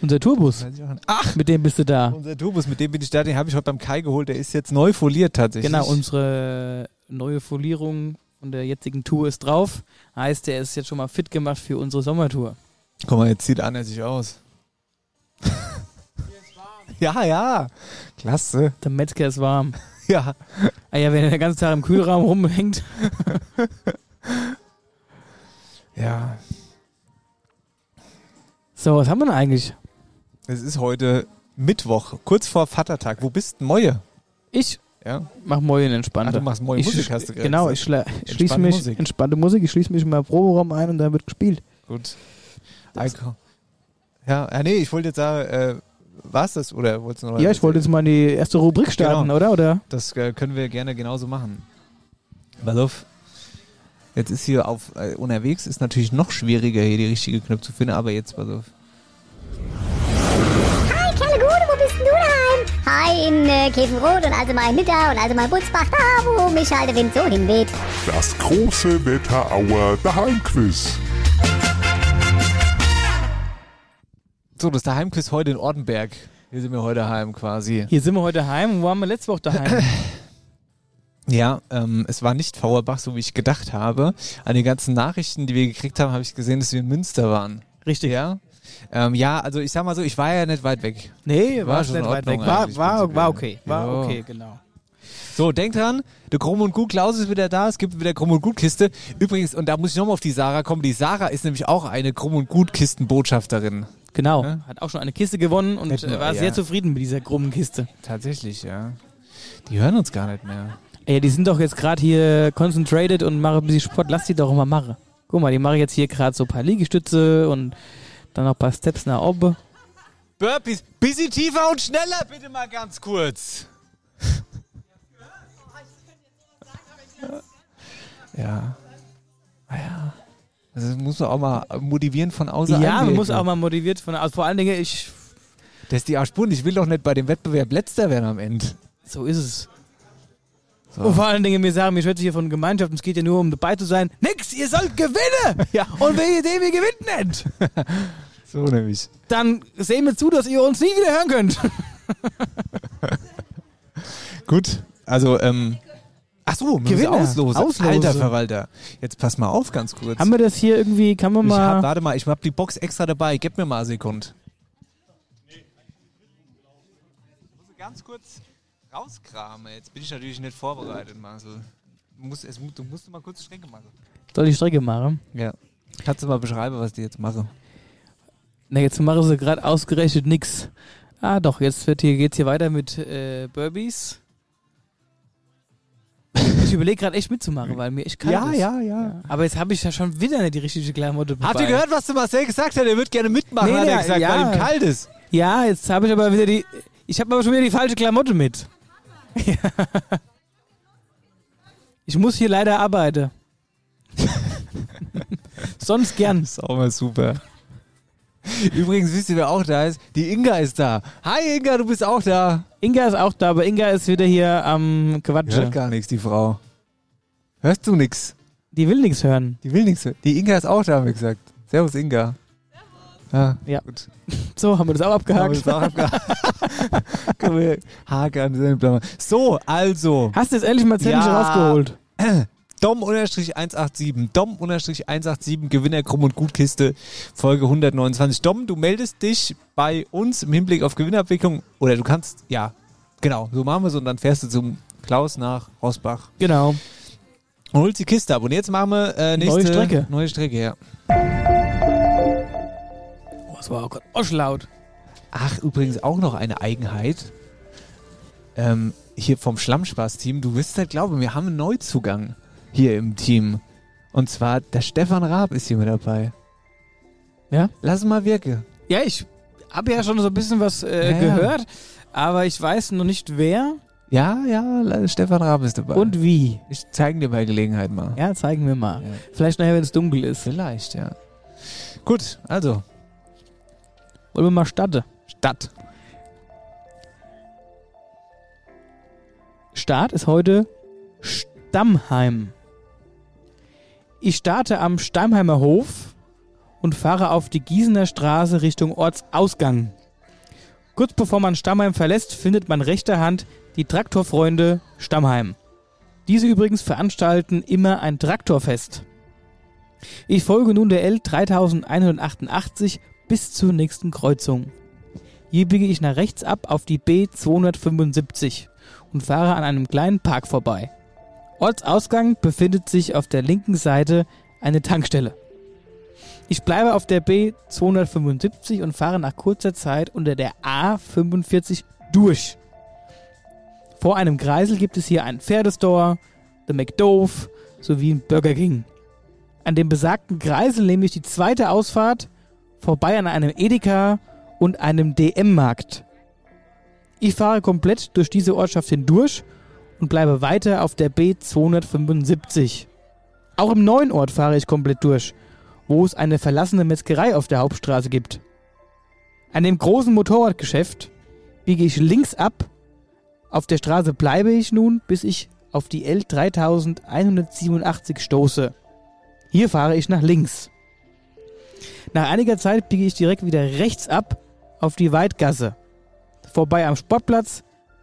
Speaker 4: Unser Tourbus,
Speaker 3: Weiß ich auch nicht. Ach,
Speaker 4: mit dem bist du da.
Speaker 3: unser Tubus, mit dem bin ich da, den habe ich heute beim Kai geholt, der ist jetzt neu foliert tatsächlich.
Speaker 4: Genau, unsere neue Folierung von der jetzigen Tour ist drauf. Heißt, der ist jetzt schon mal fit gemacht für unsere Sommertour.
Speaker 3: Guck mal, jetzt sieht Anna sich aus. ja, ja. Klasse.
Speaker 4: Der Metzger ist warm.
Speaker 3: Ja.
Speaker 4: Ah ja, wenn er den ganzen Tag im Kühlraum rumhängt.
Speaker 3: Ja,
Speaker 4: So, was haben wir denn eigentlich?
Speaker 3: Es ist heute Mittwoch, kurz vor Vatertag. Wo bist denn Moje?
Speaker 4: Ich
Speaker 3: Ja.
Speaker 4: mach Mäulen
Speaker 3: Ach,
Speaker 4: entspannt.
Speaker 3: Ah, du machst Moje Musik, hast du gerade
Speaker 4: Genau, ich
Speaker 3: gesagt.
Speaker 4: schla- schließe mich,
Speaker 3: Musik.
Speaker 4: entspannte Musik, ich schließe mich in meinen Proberaum ein und dann wird gespielt.
Speaker 3: Gut. Alko- Ja, ja, nee, ich wollte jetzt sagen, äh, war's das oder wolltest du noch
Speaker 4: ja, ich wollte jetzt mal in die erste Rubrik starten,
Speaker 3: Genau.
Speaker 4: oder? oder?
Speaker 3: Das äh, können wir gerne genauso machen. Pass auf. Jetzt ist hier auf äh, unterwegs, ist natürlich noch schwieriger, hier die richtige Knöpfe zu finden, aber jetzt pass auf.
Speaker 7: Hi, Kerlegude, wo bist denn du daheim? Hi, in äh, Käfenrot und also mal in Nidda und also mal in Butzbach, da wo mich halt der Wind so hinweht.
Speaker 8: Das große Wetterauer Daheimquiz.
Speaker 3: So, das Daheimquiz heute in Ortenberg. Hier sind wir heute heim quasi.
Speaker 4: Hier sind wir heute heim und waren wir letzte Woche daheim.
Speaker 3: Ja, ähm, es war nicht Fauerbach, so wie ich gedacht habe. An den ganzen Nachrichten, die wir gekriegt haben, habe ich gesehen, dass wir in Münster waren.
Speaker 4: Richtig.
Speaker 3: Ja? Ähm, ja, also ich sag mal so, ich war ja nicht weit weg.
Speaker 4: Nee,
Speaker 3: War
Speaker 4: war,
Speaker 3: schon
Speaker 4: nicht
Speaker 3: in
Speaker 4: weit
Speaker 3: Ordnung
Speaker 4: weg. War,
Speaker 3: eigentlich
Speaker 4: war,
Speaker 3: prinzipiell.
Speaker 4: war okay. War
Speaker 3: Ja.
Speaker 4: okay, genau.
Speaker 3: So, denkt dran, der Krumm und Gut Klaus ist wieder da, es gibt wieder Krumm und Gut Kiste. Übrigens, und da muss ich nochmal auf die Sarah kommen, die Sarah ist nämlich auch eine Krumm und Gut Kisten-Botschafterin.
Speaker 4: Genau.
Speaker 3: Ja?
Speaker 4: Hat auch schon eine Kiste gewonnen und
Speaker 3: Hätten wir,
Speaker 4: äh, war
Speaker 3: ja.
Speaker 4: sehr zufrieden mit dieser krummen Kiste.
Speaker 3: Tatsächlich, ja. Die hören uns gar nicht mehr.
Speaker 4: Ey, die sind doch jetzt gerade hier concentrated und machen ein bisschen Sport. Lass die doch mal machen. Guck mal, die machen jetzt hier gerade so ein paar Liegestütze und dann noch ein paar Steps nach oben.
Speaker 3: Burpees, bisschen tiefer und schneller, bitte mal ganz kurz. ja. Naja. Also das muss man auch mal motivieren von außen.
Speaker 4: Ja, man
Speaker 3: einwirken.
Speaker 4: muss auch mal motiviert von also Vor allen Dingen, ich.
Speaker 3: Das ist die Arschbund. Ich will doch nicht bei dem Wettbewerb letzter werden am Ende.
Speaker 4: So ist es. Und vor allen Dingen, mir sagen, mir schwätze hier von Gemeinschaft, und es geht ja nur um dabei zu sein. Nix, ihr sollt gewinnen!
Speaker 3: Ja.
Speaker 4: Und wenn ihr dem ihr gewinnt nicht,
Speaker 3: So nämlich.
Speaker 4: dann sehen wir zu, dass ihr uns nie wieder hören könnt.
Speaker 3: Gut. Also, ähm. Ach so, wir müssen
Speaker 4: Gewinner.
Speaker 3: auslosen.
Speaker 4: Auslose.
Speaker 3: Alter Verwalter. Jetzt pass mal auf ganz kurz.
Speaker 4: Haben wir das hier irgendwie, kann man
Speaker 3: ich hab,
Speaker 4: mal.
Speaker 3: warte mal, ich hab die Box extra dabei. Gib mir mal eine Sekunde. Ganz kurz rauskramen. Jetzt bin ich natürlich nicht vorbereitet, Marcel. musst, es, mu- du musst mal kurz die Strecke machen.
Speaker 4: Soll ich Strecke machen?
Speaker 3: Ja. Kannst du mal beschreiben, was die jetzt mache?
Speaker 4: Na, jetzt machen sie gerade ausgerechnet nix. Ah, doch, jetzt wird hier, geht's hier weiter mit äh, Burbies. Ich überlege gerade echt mitzumachen, weil mir echt kalt ist.
Speaker 3: ja.
Speaker 4: Aber jetzt habe ich ja schon wieder nicht die richtige Klamotte dabei.
Speaker 3: Habt ihr gehört, was der Marcel gesagt hat? Er wird gerne mitmachen,
Speaker 4: Nee,
Speaker 3: hat er
Speaker 4: der-
Speaker 3: gesagt,
Speaker 4: ja.
Speaker 3: weil ihm kalt ist.
Speaker 4: Ja, jetzt habe ich aber wieder die. Ich habe aber schon wieder die falsche Klamotte mit. Ja. Ich muss hier leider arbeiten. Sonst gern.
Speaker 3: Ist auch mal super. Übrigens, wisst ihr, wer auch da ist? Die Inga ist da. Hi Inga, du bist auch da.
Speaker 4: Inga ist auch da, aber Inga ist wieder hier am Quatschen.
Speaker 3: Hört gar nichts, die Frau. Hörst du nichts?
Speaker 4: Die will nichts hören.
Speaker 3: Die will nichts. Die Inga ist auch da, haben wir gesagt. Servus Inga. Ah,
Speaker 4: Ja.
Speaker 3: Gut.
Speaker 4: So, haben wir das auch
Speaker 3: Haben wir
Speaker 4: abgehakt.
Speaker 3: das auch abgehakt. Können wir Haken an den Plan machen. So, also.
Speaker 4: Hast du jetzt endlich mal Zettelchen
Speaker 3: Ja.
Speaker 4: rausgeholt?
Speaker 3: Dom-187, Dom-187, Gewinner Krumm und Gutkiste, Folge 129. Dom, du meldest dich bei uns im Hinblick auf Gewinnabwicklung oder du kannst, ja, genau, so machen wir es und dann fährst du zum Klaus nach Rosbach
Speaker 4: Genau.
Speaker 3: und holst die Kiste ab. Und jetzt machen wir äh, nächste...
Speaker 4: Neue Strecke.
Speaker 3: Neue Strecke, ja.
Speaker 4: Oh, das war auch gerade osch laut.
Speaker 3: Ach, übrigens auch noch eine Eigenheit. Ähm, hier vom Schlammspaß-Team. Du wirst halt glauben, wir haben einen Neuzugang hier im Team. Und zwar der Stefan Raab ist hier mit dabei.
Speaker 4: Ja?
Speaker 3: Lass mal wirken.
Speaker 4: Ja, ich habe ja schon so ein bisschen was äh,
Speaker 3: Ja, ja.
Speaker 4: gehört, aber ich weiß noch nicht wer
Speaker 3: Ja, ja, la- Stefan Raab ist dabei.
Speaker 4: und wie.
Speaker 3: ich zeige dir bei Gelegenheit mal.
Speaker 4: Ja, zeigen wir mal.
Speaker 3: Ja.
Speaker 4: Vielleicht nachher, wenn es dunkel ist.
Speaker 3: Vielleicht, ja. Gut, also,
Speaker 4: Wollen wir mal starten?
Speaker 3: Stadt.
Speaker 4: Start ist heute Stammheim. Ich starte am Stammheimer Hof und fahre auf die Gießener Straße Richtung Ortsausgang. Kurz bevor man Stammheim verlässt, findet man rechter Hand die Traktorfreunde Stammheim. Diese übrigens veranstalten immer ein Traktorfest. Ich folge nun der L3188 bis zur nächsten Kreuzung. Hier biege ich nach rechts ab auf die B275 und fahre an einem kleinen Park vorbei. Ortsausgang befindet sich auf der linken Seite eine Tankstelle. Ich bleibe auf der B275 und fahre nach kurzer Zeit unter der A45 durch. Vor einem Kreisel gibt es hier einen Pferdestore, The McDove sowie einen Burger King. An dem besagten Kreisel nehme ich die zweite Ausfahrt vorbei an einem Edeka und einem DM-Markt. Ich fahre komplett durch diese Ortschaft hindurch und bleibe weiter auf der B275. Auch im neuen Ort fahre ich komplett durch, wo es eine verlassene Metzgerei auf der Hauptstraße gibt. An dem großen Motorradgeschäft biege ich links ab. Auf der Straße bleibe ich nun, bis ich auf die L3187 stoße. Hier fahre ich nach links. Nach einiger Zeit biege ich direkt wieder rechts ab auf die Weidgasse. Vorbei am Sportplatz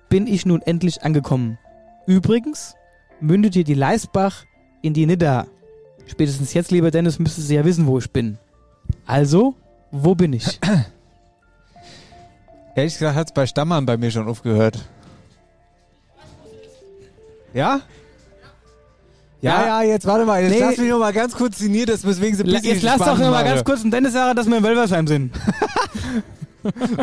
Speaker 4: bin ich nun endlich angekommen. Übrigens mündet hier die Leisbach in die Nidda. Spätestens jetzt, lieber Dennis, müsstest du ja wissen, wo ich bin. Also, wo bin ich?
Speaker 3: Ehrlich gesagt hat es bei Stammern bei mir schon aufgehört. Ja? Ja, ja, jetzt warte mal. Jetzt
Speaker 4: Nee.
Speaker 3: lass mich nur mal ganz kurz signieren, das deswegen so ein
Speaker 4: La-
Speaker 3: bisschen
Speaker 4: Jetzt lass doch
Speaker 3: Spaß
Speaker 4: noch mal
Speaker 3: mache.
Speaker 4: ganz kurz den Dennis sagen, dass wir in Wölversheim sind.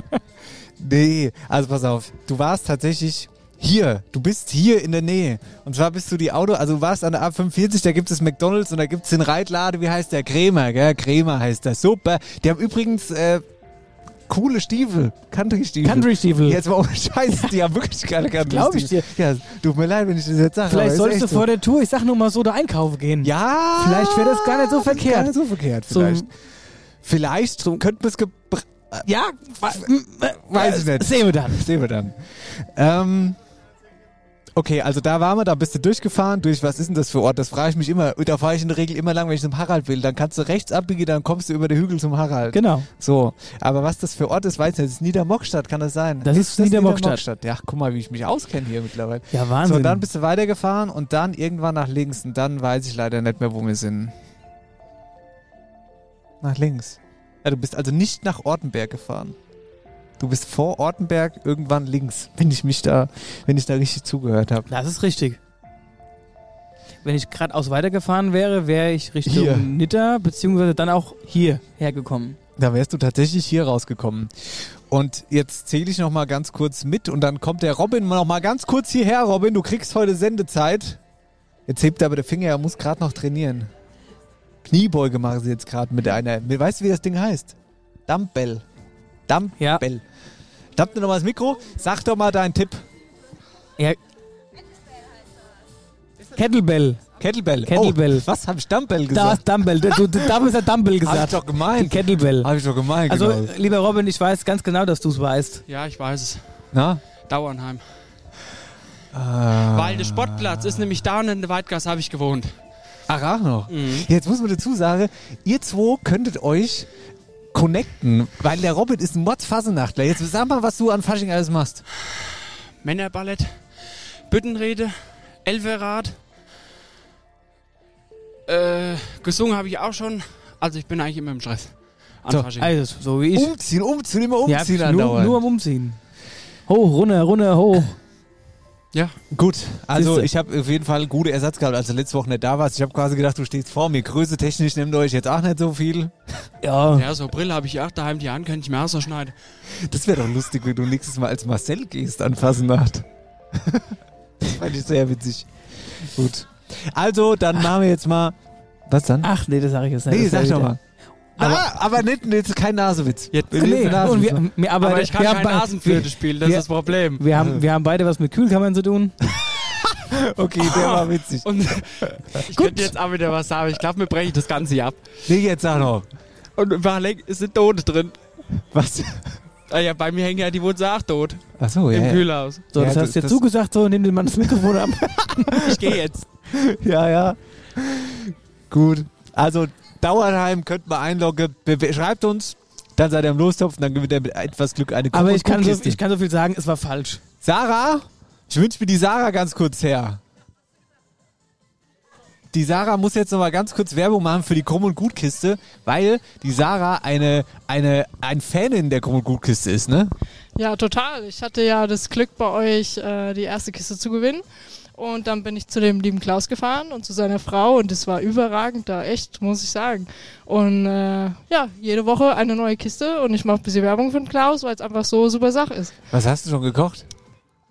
Speaker 3: Nee, also pass auf. Du warst tatsächlich hier. Du bist hier in der Nähe. Und zwar bist du die Auto, also du warst an der A45, da gibt es McDonalds und da gibt es den Reitlade, wie heißt der? Krämer, gell? Krämer heißt das. Super. Die haben übrigens äh, coole Stiefel. Country-Stiefel.
Speaker 4: Country-Stiefel.
Speaker 3: Jetzt mal ohne Scheiß, die haben wirklich geile
Speaker 4: glaub ich
Speaker 3: Country-Stiefel. Ja, tut mir leid, wenn ich das jetzt sage. aber
Speaker 4: Vielleicht
Speaker 3: ist
Speaker 4: solltest
Speaker 3: echt
Speaker 4: du
Speaker 3: so.
Speaker 4: vor der Tour, ich sag nur mal so, da einkaufen gehen.
Speaker 3: Ja.
Speaker 4: Vielleicht wäre das gar nicht so
Speaker 3: Ah, das ist
Speaker 4: verkehrt.
Speaker 3: Gar nicht so verkehrt,
Speaker 4: Zum-
Speaker 3: vielleicht. vielleicht könnten wir es gebra-
Speaker 4: ja
Speaker 3: weiß ich nicht.
Speaker 4: Sehen wir dann.
Speaker 3: Sehen wir dann. Ähm, okay, also da waren wir, da bist du durchgefahren. Durch was ist denn das für Ort? Das frage ich mich immer. Da fahre ich in der Regel immer lang, wenn ich zum Harald will. Dann kannst du rechts abbiegen, dann kommst du über den Hügel zum Harald.
Speaker 4: Genau.
Speaker 3: So, aber was das für Ort ist, weiß ich nicht. Das ist Niedermockstadt, kann das sein?
Speaker 4: Das ist Niedermockstadt.
Speaker 3: Ja, guck mal, wie ich mich auskenne hier mittlerweile.
Speaker 4: Ja, Wahnsinn.
Speaker 3: So, dann bist du weitergefahren und dann irgendwann nach links. Und dann weiß ich leider nicht mehr, wo wir sind. Nach links. Ja, du bist also nicht nach Ortenberg gefahren. Du bist vor Ortenberg irgendwann links, wenn ich mich da, wenn ich da richtig zugehört habe.
Speaker 4: das ist richtig. wenn ich geradeaus weitergefahren wäre, wäre ich Richtung
Speaker 3: Hier.
Speaker 4: Nitter, beziehungsweise dann auch hier hergekommen.
Speaker 3: Da wärst du tatsächlich hier rausgekommen. Und jetzt zähle ich noch mal ganz kurz mit und dann kommt der Robin noch mal ganz kurz hierher. Robin, du kriegst heute Sendezeit. Jetzt hebt er aber der Finger, er muss gerade noch trainieren. Kniebeuge machen sie jetzt gerade mit einer. Weißt du, wie das Ding heißt? Dumbbell. Dumbbell.
Speaker 4: Ja.
Speaker 3: Dampf noch mal das Mikro. Sag doch mal deinen Tipp.
Speaker 4: ja. Kettlebell.
Speaker 3: Kettlebell.
Speaker 4: Kettlebell.
Speaker 3: Oh, was? Habe ich Dumbbell
Speaker 4: Da hast
Speaker 3: gesagt?
Speaker 4: Dumbbell. Du, du, damals hat Dumbbell
Speaker 3: Habe ich
Speaker 4: gesagt.
Speaker 3: doch
Speaker 4: Die
Speaker 3: gemeint.
Speaker 4: Kettlebell.
Speaker 3: Habe ich doch gemeint,
Speaker 4: Also,
Speaker 3: genau.
Speaker 4: lieber Robin, ich weiß ganz genau, dass du es weißt.
Speaker 6: Ja, ich weiß es.
Speaker 3: Na?
Speaker 6: Dauernheim.
Speaker 3: Ah.
Speaker 6: Weil der Sportplatz ist nämlich da und in der Weidgasse habe ich gewohnt. Mhm.
Speaker 3: Ach, auch noch. Jetzt muss man dazu sagen, ihr zwei könntet euch connecten, weil der Robin ist ein Mods-Fasenachtler. Jetzt sag mal, was du an Fasching alles machst.
Speaker 6: Männerballett, Büttenrede, Elferrad. Äh, gesungen habe ich auch schon. Also ich bin eigentlich immer im Stress. An
Speaker 3: So,
Speaker 6: Fasching.
Speaker 4: Also, so wie ich.
Speaker 3: Umziehen, umziehen, immer
Speaker 4: Ja,
Speaker 3: umziehen
Speaker 4: nur,
Speaker 3: andauern.
Speaker 4: nur am Umziehen. Hoch, runter, runter, hoch.
Speaker 6: Ja.
Speaker 3: Gut, also
Speaker 4: Siehste.
Speaker 3: ich habe auf jeden Fall gute Ersatz gehabt, als du letzte Woche nicht da warst. Ich habe quasi gedacht, du stehst vor mir. Größe technisch nehmt ihr euch jetzt auch nicht so viel.
Speaker 4: Ja.
Speaker 6: Ja, so Brille habe ich auch daheim, die Hand kann ich mir ausschneiden.
Speaker 3: Das wäre doch lustig, wenn du nächstes Mal als Marcel gehst an Fasnacht. das fand ich sehr witzig. Gut. Also, dann machen wir jetzt mal... Was dann?
Speaker 4: Ach, nee, das sage ich jetzt nicht.
Speaker 3: Nee,
Speaker 4: Das
Speaker 3: sag
Speaker 4: ist ja
Speaker 3: doch
Speaker 4: wieder-
Speaker 3: mal. Aber, aber nicht, nicht, kein Nasewitz.
Speaker 6: Jetzt-
Speaker 3: Wir
Speaker 4: Nee,
Speaker 3: lesen Nasewitz.
Speaker 4: und wir, wir, aber,
Speaker 6: Aber ich kann
Speaker 4: wir
Speaker 6: kein
Speaker 4: haben bei-
Speaker 6: Nasenflöte spielen, das
Speaker 4: wir-
Speaker 6: ist das Problem.
Speaker 4: Wir, wir, haben, wir haben beide was mit Kühlkammern zu tun.
Speaker 3: okay, der war witzig.
Speaker 6: Und ich könnte jetzt auch wieder was sagen, aber ich glaube, mir breche ich das Ganze hier ab.
Speaker 3: Nee, jetzt sag noch.
Speaker 6: Und im Wahrleck ist eine Tote drin.
Speaker 3: Was?
Speaker 6: Ah ja, bei mir hängen ja die Wurzel auch tot.
Speaker 3: Achso, ja.
Speaker 6: Im
Speaker 3: ja.
Speaker 6: Kühlhaus.
Speaker 4: So,
Speaker 3: Ja,
Speaker 4: das
Speaker 3: das-
Speaker 4: hast du jetzt
Speaker 3: das-
Speaker 4: zugesagt, so, nimm den Mann das Mikrofon ab.
Speaker 6: Ich gehe jetzt.
Speaker 3: Ja, ja. Gut. Also, Dauerheim könnt mal einloggen. Be- be- Schreibt uns, dann seid ihr im Lostopf und dann gewinnt ihr mit etwas Glück eine
Speaker 4: Aber
Speaker 3: Kuchen-
Speaker 4: ich kann, so,
Speaker 3: Kuchenkiste.
Speaker 4: ich kann so viel sagen, es war falsch.
Speaker 3: Sarah? Ich wünsche mir die Sarah ganz kurz her. Die Sarah muss jetzt nochmal ganz kurz Werbung machen für die Krumm- und Gutkiste, weil die Sarah eine, eine, ein Fanin der Krumm- und Gutkiste ist, ne?
Speaker 9: Ja, total. Ich hatte ja das Glück, bei euch äh, die erste Kiste zu gewinnen. Und dann bin ich zu dem lieben Klaus gefahren und zu seiner Frau und es war überragend da, echt, muss ich sagen. Und äh, ja, jede Woche eine neue Kiste und ich mache ein bisschen Werbung für den Klaus, weil es einfach so super Sache ist.
Speaker 3: Was hast du schon gekocht?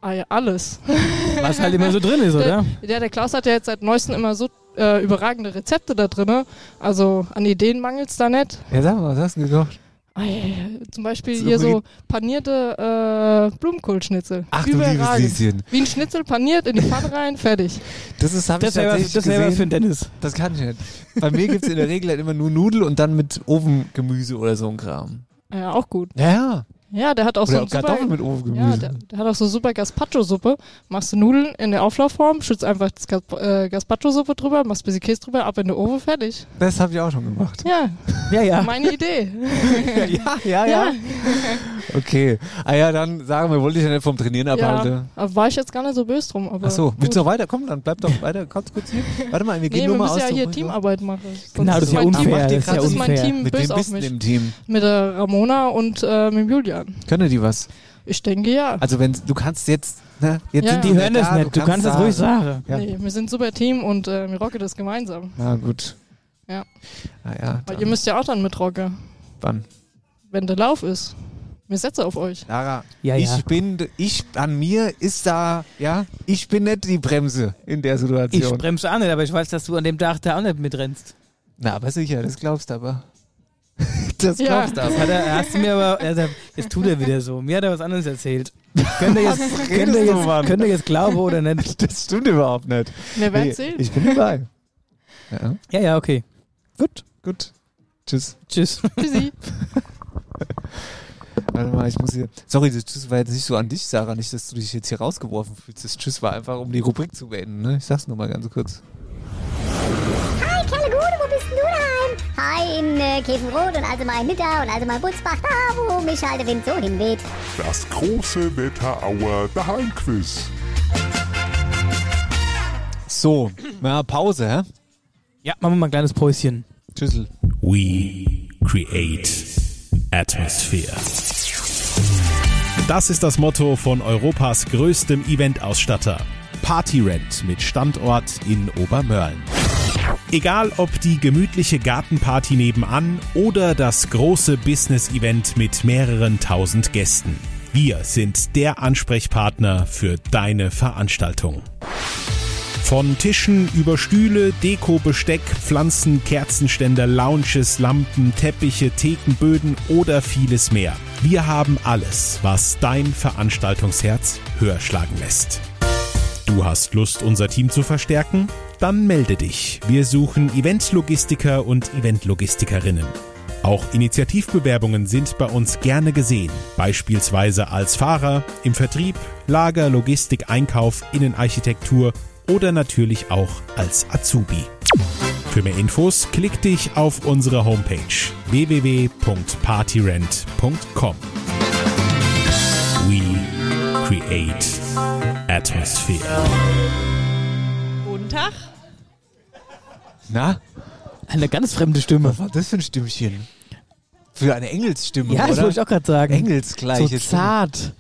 Speaker 9: Ah ja, alles.
Speaker 4: Was halt immer so drin ist, oder?
Speaker 9: Ja, der Klaus hat ja jetzt seit neuestem immer so äh, überragende Rezepte da drin. Also an Ideen mangelt's da nicht.
Speaker 3: Ja, sag mal, was hast du gekocht?
Speaker 9: Ah, ja, ja, ja. Zum Beispiel
Speaker 3: So
Speaker 9: hier so
Speaker 3: Brit-
Speaker 9: panierte äh, Blumenkohlschnitzel.
Speaker 3: Ach du liebes
Speaker 9: Überragend.
Speaker 3: Lieschen.
Speaker 9: Wie ein Schnitzel paniert in die Pfanne rein, fertig.
Speaker 3: Das ist, hab
Speaker 4: Das
Speaker 3: ich
Speaker 4: wäre was
Speaker 3: tatsächlich
Speaker 4: das wär was für
Speaker 3: gesehen.
Speaker 4: den Dennis.
Speaker 3: Das kann ich nicht. Bei mir gibt es in der Regel halt immer nur Nudel und dann mit Ofengemüse oder so ein Kram.
Speaker 9: Ja, auch gut.
Speaker 3: Ja, ja.
Speaker 9: Ja, der hat auch
Speaker 3: Oder
Speaker 9: so ein
Speaker 3: Kartoffeln mit
Speaker 9: super,
Speaker 3: Ofengemüse.
Speaker 9: ja, der, der hat auch so super Gazpacho-Suppe. Machst du Nudeln in der Auflaufform, schützt einfach das Gaz äh, Gazpacho-Suppe drüber, machst ein bisschen Käse drüber, ab in den Ofen, fertig.
Speaker 3: Das habe ich auch schon gemacht.
Speaker 9: Ja,
Speaker 4: Ja, ja.
Speaker 9: meine Idee.
Speaker 3: ja, ja, ja. Okay. Ah ja, dann sagen wir, wollte ich ja nicht vom Trainieren
Speaker 9: ja,
Speaker 3: abhalten.
Speaker 9: aber war ich jetzt gar nicht so böse drum. Aber
Speaker 3: Ach so, willst du noch weiter? Komm, dann bleib doch weiter. Kommst kurz hier. Warte mal, wir gehen
Speaker 9: Nee, wir
Speaker 3: nur mal
Speaker 9: müssen
Speaker 3: aus.
Speaker 9: ja
Speaker 3: der
Speaker 9: hier
Speaker 3: Runde.
Speaker 9: Teamarbeit machen. Sonst
Speaker 4: Genau, das ist ja
Speaker 9: mein
Speaker 4: unfair. Das
Speaker 9: Team,
Speaker 4: ist ja
Speaker 9: sonst ist mein
Speaker 4: unfair.
Speaker 9: Team
Speaker 3: Mit wem
Speaker 9: böse auf
Speaker 3: bist du
Speaker 9: mich.
Speaker 3: im Team?
Speaker 9: Mit der Ramona und äh, mit dem Julian.
Speaker 3: Können die was?
Speaker 9: Ich denke ja.
Speaker 3: Also wenn du kannst jetzt, ne? Jetzt
Speaker 9: Ah. Ja,
Speaker 3: sind
Speaker 9: ja.
Speaker 4: Die
Speaker 3: wieder
Speaker 4: hören
Speaker 3: da,
Speaker 4: das nicht, du kannst das ruhig sagen.
Speaker 3: Ja.
Speaker 9: Nee, wir sind ein super Team und äh, wir rocken das gemeinsam.
Speaker 3: Na gut.
Speaker 9: Ja.
Speaker 3: Ah ja,
Speaker 9: Weil
Speaker 3: dann,
Speaker 9: ihr müsst ja auch dann mitrocken,
Speaker 3: dann.
Speaker 9: wenn der Lauf ist. Wir setzen auf euch.
Speaker 3: Lara,
Speaker 4: Ja, ja.
Speaker 3: ich bin, ich, an mir ist da, ja, ich bin nicht die Bremse in der
Speaker 4: Ich
Speaker 3: Situation.
Speaker 4: bremse auch nicht, aber ich weiß, dass du an dem Tag da auch nicht mitrennst.
Speaker 3: Na, aber sicher, das glaubst du aber. Das
Speaker 9: Ja.
Speaker 3: glaubst du
Speaker 4: Das
Speaker 3: aber.
Speaker 4: hat er, hast du mir aber, also, jetzt tut er wieder so. Mir hat er was anderes erzählt. Könnt ihr jetzt, könnt ihr
Speaker 3: redest du,
Speaker 4: jetzt,
Speaker 3: Mann?
Speaker 4: könnt ihr jetzt glauben oder nicht?
Speaker 3: Das stimmt überhaupt nicht.
Speaker 9: Wir werden
Speaker 3: Nee,
Speaker 9: sehen.
Speaker 3: ich bin dabei. Ja.
Speaker 4: Ja, ja, okay.
Speaker 3: Gut, gut. Tschüss.
Speaker 4: Tschüss.
Speaker 9: Tschüssi.
Speaker 3: Warte mal, ich muss hier. Sorry, das Tschüss war jetzt nicht so an dich, Sarah, nicht, dass du dich jetzt hier rausgeworfen fühlst. Das Tschüss war einfach, um die Rubrik zu beenden. Ne? Ich sag's nur mal ganz kurz.
Speaker 7: Hi, Kerlegude, wo bist denn du daheim? Hi, in äh, Käfenrot und also mal in Nidda und also mal in Butzbach, da wo mich halt der Wind so hinweht.
Speaker 8: Das große Wetterauer Daheimquiz.
Speaker 3: So, na, Pause, hä?
Speaker 4: Ja, machen wir mal ein kleines Päuschen.
Speaker 3: Tschüssel.
Speaker 10: We create atmosphere. Das ist das Motto von Europas größtem Eventausstatter. Partyrent mit Standort in Obermörlen. Egal ob die gemütliche Gartenparty nebenan oder das große Business-Event mit mehreren tausend Gästen. Wir sind der Ansprechpartner für deine Veranstaltung. Von Tischen über Stühle, Deko, Besteck, Pflanzen, Kerzenständer, Lounges, Lampen, Teppiche, Theken, Böden oder vieles mehr. Wir haben alles, was dein Veranstaltungsherz höher schlagen lässt. Du hast Lust, unser Team zu verstärken? Dann melde dich. Wir suchen Eventlogistiker und Eventlogistikerinnen. Auch Initiativbewerbungen sind bei uns gerne gesehen, beispielsweise als Fahrer, im Vertrieb, Lager, Logistik, Einkauf, Innenarchitektur oder natürlich auch als Azubi. Für mehr Infos klick dich auf unsere Homepage www.partyrent.com. We create atmosphere.
Speaker 9: Guten Tag.
Speaker 3: Na?
Speaker 4: Eine ganz fremde Stimme.
Speaker 3: Was war das für ein Stimmchen? Für eine Engelsstimme,
Speaker 4: Ja,
Speaker 3: oder?
Speaker 4: das wollte ich auch gerade sagen.
Speaker 3: Engelsgleiche
Speaker 4: So
Speaker 3: Stimme.
Speaker 4: zart.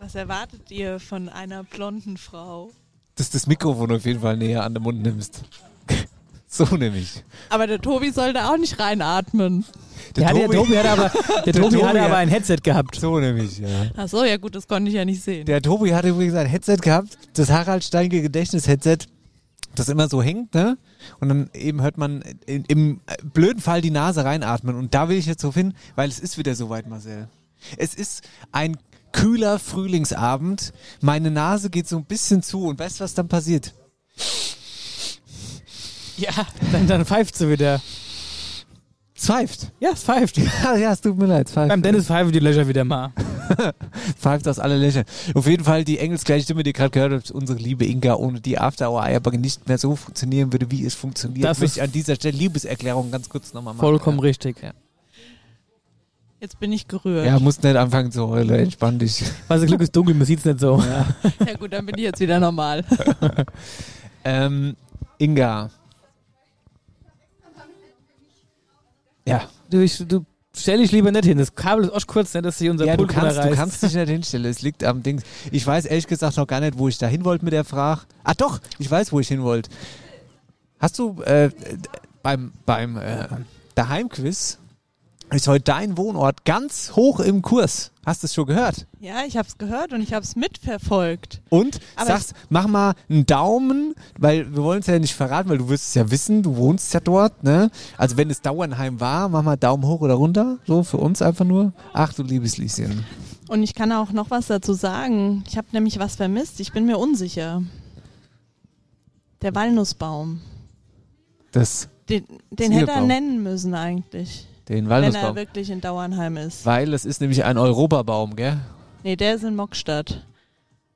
Speaker 11: Was erwartet ihr von einer blonden Frau?
Speaker 3: Dass das Mikrofon auf jeden Fall näher an den Mund nimmst. so nämlich.
Speaker 11: Aber der Tobi soll da auch nicht reinatmen.
Speaker 4: Der, hatte- der Tobi hat aber, der Tobi hatte aber ein Headset gehabt.
Speaker 3: So nämlich, ja.
Speaker 11: Achso, ja gut, das konnte ich ja nicht sehen.
Speaker 3: Der Tobi hatte übrigens ein Headset gehabt, das Harald Steinke Gedächtnis-Headset, das immer so hängt, ne? Und dann eben hört man in, im äh, blöden Fall die Nase reinatmen. Und da will ich jetzt drauf hin, weil es ist wieder soweit, Marcel. Es ist ein kühler Frühlingsabend. Meine Nase geht so ein bisschen zu und weißt du, was dann passiert?
Speaker 4: Ja, dann, dann pfeift sie wieder.
Speaker 3: Es pfeift.
Speaker 4: Ja, es pfeift.
Speaker 3: ja, ja, es tut mir leid. Pfeift.
Speaker 4: Beim Dennis pfeifen die Löcher wieder mal.
Speaker 3: Pfeift aus alle Löcher. Auf jeden Fall die engelsgleiche Stimme, die ihr gerade gehört habt, unsere liebe Inga, ohne die After Hour Eierbacke nicht mehr so funktionieren würde, wie es funktioniert.
Speaker 4: Das
Speaker 3: möchte
Speaker 4: ist
Speaker 3: ich an dieser Stelle Liebeserklärung ganz kurz nochmal machen.
Speaker 4: Vollkommen
Speaker 3: ja.
Speaker 4: richtig.
Speaker 11: Jetzt bin ich gerührt.
Speaker 3: Ja, musst nicht anfangen zu heulen, entspann dich.
Speaker 4: Weil das Also Glück ist dunkel, man sieht es nicht so.
Speaker 11: Ja gut, dann bin ich jetzt wieder normal.
Speaker 3: ähm, Inga. Ja.
Speaker 4: Du, ich, du stell dich lieber nicht hin. Das Kabel ist auch kurz, nicht, dass sie unser
Speaker 3: Ja, du
Speaker 4: Pult
Speaker 3: kannst, du
Speaker 4: runterreißt.
Speaker 3: kannst dich nicht hinstellen. Es liegt am Dings. Ich weiß ehrlich gesagt noch gar nicht, wo ich da hin wollte mit der Frage. Ah doch, ich weiß, wo ich hin wollte. Hast du äh, d- beim, beim äh, Daheimquiz ist heute dein Wohnort ganz hoch im Kurs. Hast du es schon gehört?
Speaker 11: Ja, ich hab's gehört und ich hab's mitverfolgt.
Speaker 3: Und
Speaker 11: Aber
Speaker 3: sagst, mach mal einen Daumen, weil wir wollen es ja nicht verraten, weil du wirst es ja wissen, du wohnst ja dort, ne? Also wenn es Dauernheim war, mach mal Daumen hoch oder runter, so für uns einfach nur. Ach du liebes Lieschen.
Speaker 11: Und ich kann auch noch was dazu sagen. Ich habe nämlich was vermisst. Ich bin mir unsicher. Der Walnussbaum.
Speaker 3: Das,
Speaker 11: Den, den hätte er
Speaker 3: Zierbaum.
Speaker 11: nennen müssen eigentlich.
Speaker 3: den
Speaker 11: Wenn er
Speaker 3: Walnussbaum.
Speaker 11: wirklich in Dauernheim ist.
Speaker 3: Weil es ist nämlich ein Europabaum, gell?
Speaker 11: Nee, der ist in Mockstadt.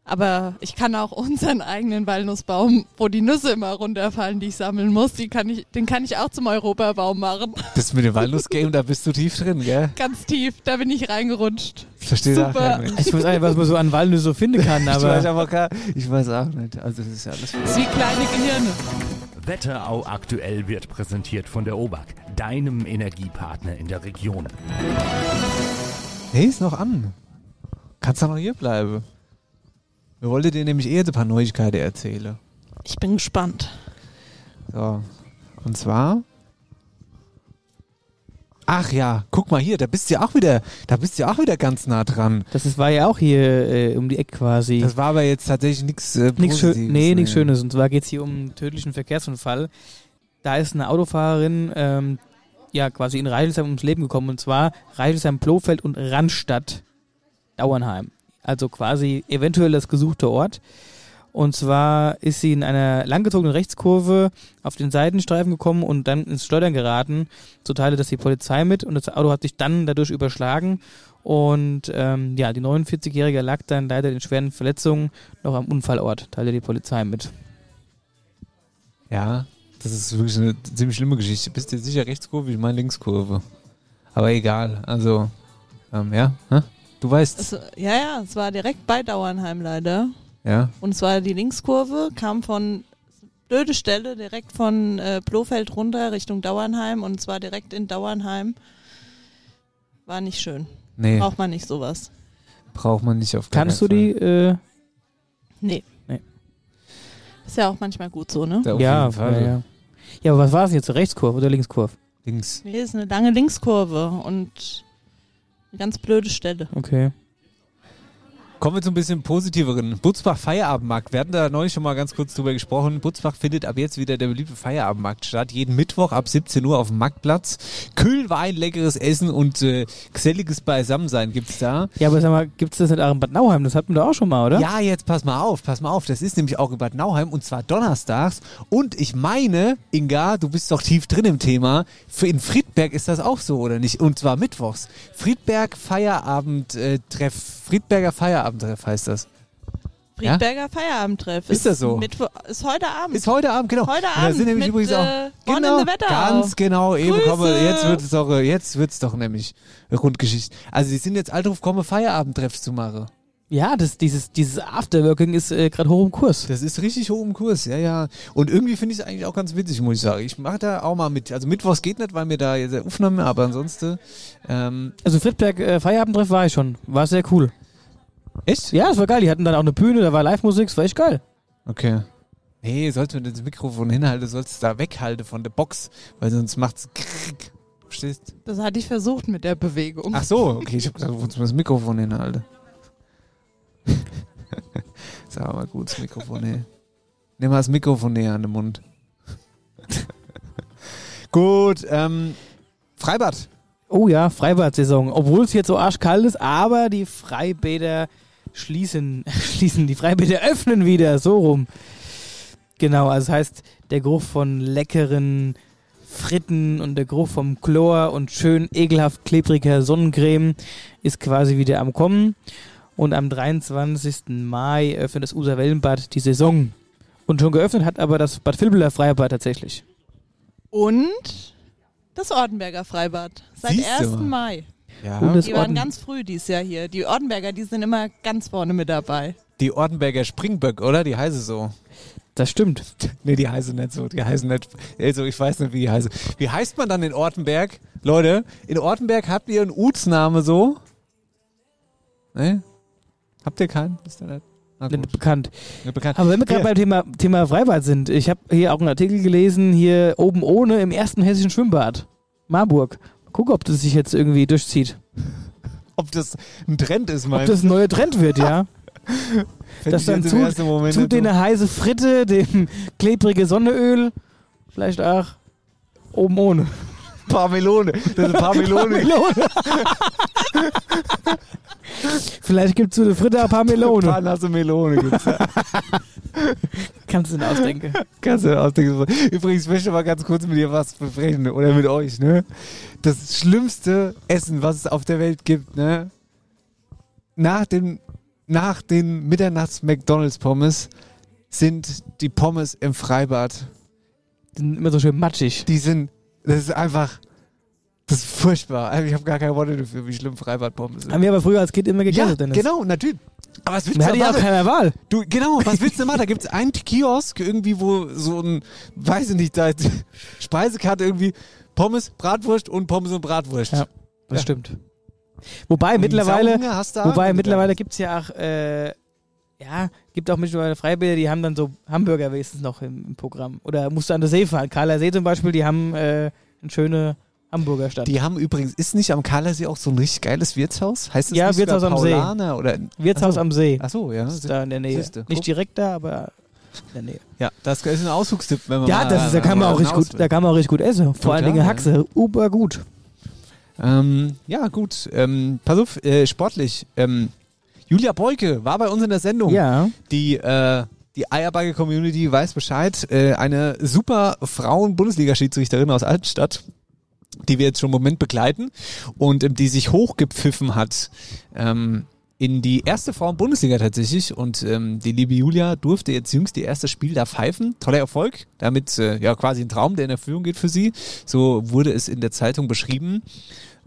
Speaker 11: Aber ich kann auch unseren eigenen Walnussbaum, wo die Nüsse immer runterfallen, die ich sammeln muss, die kann ich, den kann ich auch zum Europabaum machen.
Speaker 3: Das mit dem Walnuss-Game, da bist du tief drin, gell?
Speaker 11: Ganz tief, da bin ich reingerutscht.
Speaker 3: Verstehe auch
Speaker 11: Super.
Speaker 3: gar nicht.
Speaker 4: Ich weiß auch nicht, was man so an Walnüsse so finden kann,
Speaker 3: ich, weiß
Speaker 4: aber
Speaker 3: aber gar, ich weiß auch nicht. Also das ist ja alles.
Speaker 11: Das ist wie kleine Gehirne.
Speaker 12: Wetterau aktuell wird präsentiert von der OBAK, deinem Energiepartner in der Region.
Speaker 3: Nee, ist noch an. Kannst doch noch hier bleiben. Wir wollten dir nämlich eh jetzt ein paar Neuigkeiten erzählen.
Speaker 11: Ich bin gespannt.
Speaker 3: So. Und zwar. Ach ja, guck mal hier, da bist du ja auch wieder, da bist du ja auch wieder ganz nah dran.
Speaker 4: das ist, war ja auch hier äh, um die Ecke quasi.
Speaker 3: Das war aber jetzt tatsächlich nichts äh,
Speaker 4: Nichts schön,
Speaker 3: Positives.
Speaker 4: nee, nichts Schönes. Und zwar geht es hier um einen tödlichen Verkehrsunfall. Da ist eine Autofahrerin ähm, ja quasi in Reichelsheim ums Leben gekommen. Und zwar Reichelsheim-Plofeld und Randstadt Dauernheim. Also quasi eventuell das gesuchte Ort. Und zwar ist sie in einer langgezogenen Rechtskurve auf den Seitenstreifen gekommen und dann ins Schleudern geraten. So teilte das die Polizei mit und das Auto hat sich dann dadurch überschlagen. Und ähm, ja, die 49-Jährige lag dann leider in schweren Verletzungen noch am Unfallort, teilte die Polizei mit.
Speaker 3: Ja, das ist wirklich eine ziemlich schlimme Geschichte. Bist dir sicher Rechtskurve? Ich meine Linkskurve. Aber egal, also, ähm, ja, hä? du weißt,
Speaker 11: Es, ja, ja, es war direkt bei Dauernheim leider.
Speaker 3: ja.
Speaker 11: Und zwar die Linkskurve kam von blöde Stelle direkt von äh, Blofeld runter Richtung Dauernheim und zwar direkt in Dauernheim. War nicht schön.
Speaker 3: Nee.
Speaker 11: Braucht man nicht sowas.
Speaker 3: Braucht man nicht auf
Speaker 4: Kannst du
Speaker 3: keinen
Speaker 4: die? Äh,
Speaker 11: Nee.
Speaker 4: nee.
Speaker 11: Ist ja auch manchmal gut so, ne?
Speaker 4: Ja, ja, ja. Ja, aber was war es jetzt? Rechtskurve oder Linkskurve?
Speaker 3: Links.
Speaker 11: Nee, ist eine lange Linkskurve und eine ganz blöde Stelle.
Speaker 4: äh, Okay.
Speaker 3: Kommen wir zu ein bisschen positiveren. Butzbach Feierabendmarkt. Wir hatten da neulich schon mal ganz kurz drüber gesprochen. Butzbach findet ab jetzt wieder der beliebte Feierabendmarkt statt. Jeden Mittwoch ab 17 Uhr auf dem Marktplatz. Kühlwein, leckeres Essen und äh, geselliges Beisammensein gibt's da.
Speaker 4: Ja, aber sag mal, gibt es das in Bad Nauheim? Das hatten wir doch auch schon mal, oder?
Speaker 3: Ja, jetzt pass mal auf, pass mal auf. Das ist nämlich auch in Bad Nauheim und zwar donnerstags. Und ich meine, Inga, du bist doch tief drin im Thema. Für- In Friedberg ist das auch so, oder nicht? Und zwar mittwochs. Friedberg Feierabendtreff. Friedberger Feierabendtreff heißt das. Ja?
Speaker 11: Friedberger Feierabendtreff.
Speaker 3: Ist das so?
Speaker 11: Mittwo ist heute Abend.
Speaker 3: Ist heute Abend, genau.
Speaker 11: Heute
Speaker 3: Und
Speaker 11: Abend.
Speaker 3: Da sind nämlich
Speaker 11: mit,
Speaker 3: übrigens
Speaker 11: Äh,
Speaker 3: auch.
Speaker 11: Bonn in the Wetterau.
Speaker 3: ganz genau. Eben,
Speaker 11: Grüße.
Speaker 3: komme, jetzt wird es doch, äh, jetzt wird's doch nämlich Rundgeschichte. Also, die sind jetzt alt drauf, komme Feierabendtreffs zu machen.
Speaker 4: Ja, das, dieses, dieses Afterworking ist äh, gerade hoch im Kurs.
Speaker 3: Das ist richtig hoch im Kurs, ja, ja. Und irgendwie finde ich es eigentlich auch ganz witzig, muss ich sagen. Ich mache da auch mal mit. Also, Mittwochs geht nicht, weil mir da jetzt Aufnahme, aber ansonsten. Ähm,
Speaker 4: Also Friedberg äh, Feierabendtreff war ich schon. War sehr cool.
Speaker 3: Echt?
Speaker 4: Ja, es war geil. Die hatten dann auch eine Bühne, da war Live-Musik, es war echt geil.
Speaker 3: okay. Nee, sollst du das Mikrofon hinhalten, sollst du da weghalten von der Box, weil sonst macht's. krrrk. Verstehst?
Speaker 11: Das hatte ich versucht mit der Bewegung.
Speaker 3: Ach so, okay, ich habe gedacht, du wolltest mir das Mikrofon hinhalten. Sag mal gut, das Mikrofon her. Nimm mal das Mikrofon näher an den Mund. gut, ähm, Freibad.
Speaker 4: Oh ja, Freibad-Saison. Obwohl es jetzt so arschkalt ist, aber die Freibäder schließen, schließen, die Freibäder öffnen wieder, so rum. Genau, also das heißt, der Geruch von leckeren Fritten und der Geruch vom Chlor und schön ekelhaft klebriger Sonnencreme ist quasi wieder am Kommen. Und am 23. Mai öffnet das User Wellenbad die Saison. Und schon geöffnet hat aber das Bad Vilbeler Freibad tatsächlich.
Speaker 11: Und das Ortenberger Freibad. Seit
Speaker 4: Siehst du
Speaker 11: 1.
Speaker 4: mal.
Speaker 11: Mai.
Speaker 3: Ja.
Speaker 4: Und das
Speaker 11: die waren
Speaker 4: Orten-
Speaker 11: ganz früh dieses Jahr hier. Die Ortenberger, die sind immer ganz vorne mit dabei.
Speaker 3: Die Ortenberger Springböck, oder? Die heißen so.
Speaker 4: Das stimmt.
Speaker 3: nee, die heißen nicht so. Die heißen nicht. Also, ich weiß nicht, wie die heißen. Wie heißt man dann in Ortenberg? Leute, in Ortenberg habt ihr einen Utsname so? Ne? Habt ihr keinen? Ist der nicht? Na gut.
Speaker 4: Bekannt.
Speaker 3: Nicht bekannt.
Speaker 4: Aber wenn wir gerade
Speaker 3: Hier.
Speaker 4: beim Thema, Thema Freibad sind, ich habe hier auch einen Artikel gelesen, hier oben ohne im ersten hessischen Schwimmbad. Marburg. Guck, ob das sich jetzt irgendwie durchzieht.
Speaker 3: ob das ein Trend ist,
Speaker 4: Ob
Speaker 3: meinst
Speaker 4: das ein neuer Trend wird, ja.
Speaker 3: Fänd
Speaker 4: Dass
Speaker 3: ich
Speaker 4: dann
Speaker 3: jetzt im
Speaker 4: zu,
Speaker 3: ersten Moment
Speaker 4: zu
Speaker 3: nicht
Speaker 4: den
Speaker 3: so.
Speaker 4: heiße Fritte, dem klebrige Sonneöl, vielleicht auch oben ohne.
Speaker 3: Parmelone. Das ist Parmelone.
Speaker 4: Parmelone. vielleicht gibt es zu der Fritte auch Parmelone.
Speaker 3: Paar nasse Melone gibt's da.
Speaker 4: Kannst du dir ausdenken.
Speaker 3: Kannst du dir ausdenken. Übrigens, ich möchte mal ganz kurz mit dir was besprechen oder mit euch, ne? Das schlimmste Essen, was es auf der Welt gibt, ne? Nach den, nach den Mitternachts-McDonalds-Pommes sind die Pommes im Freibad.
Speaker 4: Die sind immer so schön matschig.
Speaker 3: Die sind, das ist einfach, das ist furchtbar. Also, Ich habe gar keine Worte dafür, wie schlimm Freibad-Pommes sind.
Speaker 4: Haben wir aber früher als Kind immer gegessen,
Speaker 3: Ja,
Speaker 4: Dennis.
Speaker 3: genau, natürlich. Aber was willst
Speaker 4: Man
Speaker 3: du
Speaker 4: hatte ja auch
Speaker 3: machen?
Speaker 4: keine Wahl.
Speaker 3: Du, genau, was willst du denn machen? Da gibt es einen Kiosk irgendwie, wo so ein, weiß ich nicht, da ist Speisekarte irgendwie, Pommes, Bratwurst und Pommes und Bratwurst.
Speaker 4: Ja, das stimmt. Wobei mittlerweile,
Speaker 3: Sauhunger hast du auch
Speaker 4: wobei
Speaker 3: wieder.
Speaker 4: mittlerweile gibt es ja auch, äh, ja, gibt auch mittlerweile Freibäder, die haben dann so Hamburger wenigstens noch im, im Programm. Oder musst du an der See fahren. Kahler See zum Beispiel, die haben äh, eine schöne Hamburger Stadt.
Speaker 3: Die haben übrigens, ist nicht am Kalersee auch so ein richtig geiles Wirtshaus? Heißt es
Speaker 4: Ja,
Speaker 3: nicht sogar
Speaker 4: Wirtshaus am See.
Speaker 3: Paulaner Oder,
Speaker 4: Wirtshaus am See.
Speaker 3: Ach so, oh, ja.
Speaker 4: Ist da in der Nähe.
Speaker 3: Siehste, guck.
Speaker 4: Nicht direkt da, aber in der Nähe.
Speaker 3: Ja, das ist ein Ausflugstipp, wenn man
Speaker 4: Ja,
Speaker 3: mal,
Speaker 4: das ist, da kann man auch richtig gut, da kann man auch richtig gut essen. Vor allen
Speaker 3: Ja, klar,
Speaker 4: Dingen
Speaker 3: ja.
Speaker 4: Haxe, super gut.
Speaker 3: Ähm, ja, gut. Ähm, pass auf, äh, sportlich. Ähm, Julia Beuke war bei uns in der Sendung.
Speaker 4: Ja.
Speaker 3: Die, äh, die Eierbagger-Community weiß Bescheid. Äh, eine super Frauen-Bundesliga-Schiedsrichterin aus Altstadt, die wir jetzt schon einen Moment begleiten und ähm, die sich hochgepfiffen hat. Ähm, in die erste Frauen-Bundesliga tatsächlich und ähm, die liebe Julia durfte jetzt jüngst ihr erstes Spiel da pfeifen. Toller Erfolg, damit äh, ja quasi ein Traum, der in Erfüllung geht für sie. So wurde es in der Zeitung beschrieben.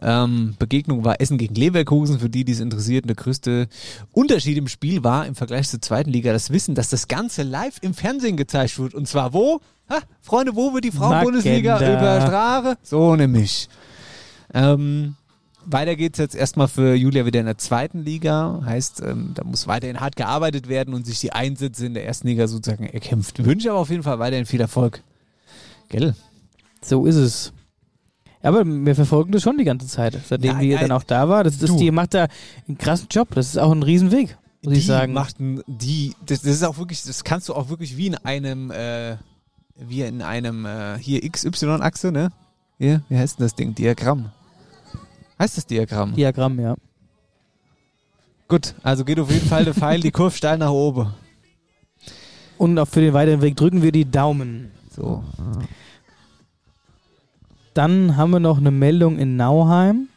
Speaker 3: Ähm, Begegnung war Essen gegen Leverkusen, für die, die es interessiert. Der größte Unterschied im Spiel war im Vergleich zur zweiten Liga das Wissen, dass das Ganze live im Fernsehen gezeigt wird. Und zwar wo? Ha, Freunde, wo wird die Frauenbundesliga
Speaker 4: Magenta.
Speaker 3: über Straße? So nämlich. Ähm, Weiter geht's jetzt erstmal für Julia wieder in der zweiten Liga. Heißt, ähm, da muss weiterhin hart gearbeitet werden und sich die Einsätze in der ersten Liga sozusagen erkämpft. Ich wünsche aber auf jeden Fall weiterhin viel Erfolg. Gell?
Speaker 4: So ist es. Ja, aber wir verfolgen das schon die ganze Zeit, seitdem
Speaker 3: Nein,
Speaker 4: die
Speaker 3: nein.
Speaker 4: dann auch da war. Das, das,
Speaker 3: Du.
Speaker 4: die macht da einen krassen Job. Das ist auch ein Riesenweg, muss
Speaker 3: die
Speaker 4: ich sagen.
Speaker 3: macht ein, die, das, das ist auch wirklich, das kannst du auch wirklich wie in einem, äh, wie in einem, äh, hier XY-Achse, ne? Hier, wie heißt denn das Ding? Diagramm. Heißt das Diagramm?
Speaker 4: Diagramm, ja.
Speaker 3: Gut, also geht auf jeden Fall der Pfeil die Kurve steil nach oben.
Speaker 4: Und auch für den weiteren Weg drücken wir die Daumen.
Speaker 3: So.
Speaker 4: Dann haben wir noch eine Meldung in Nauheim.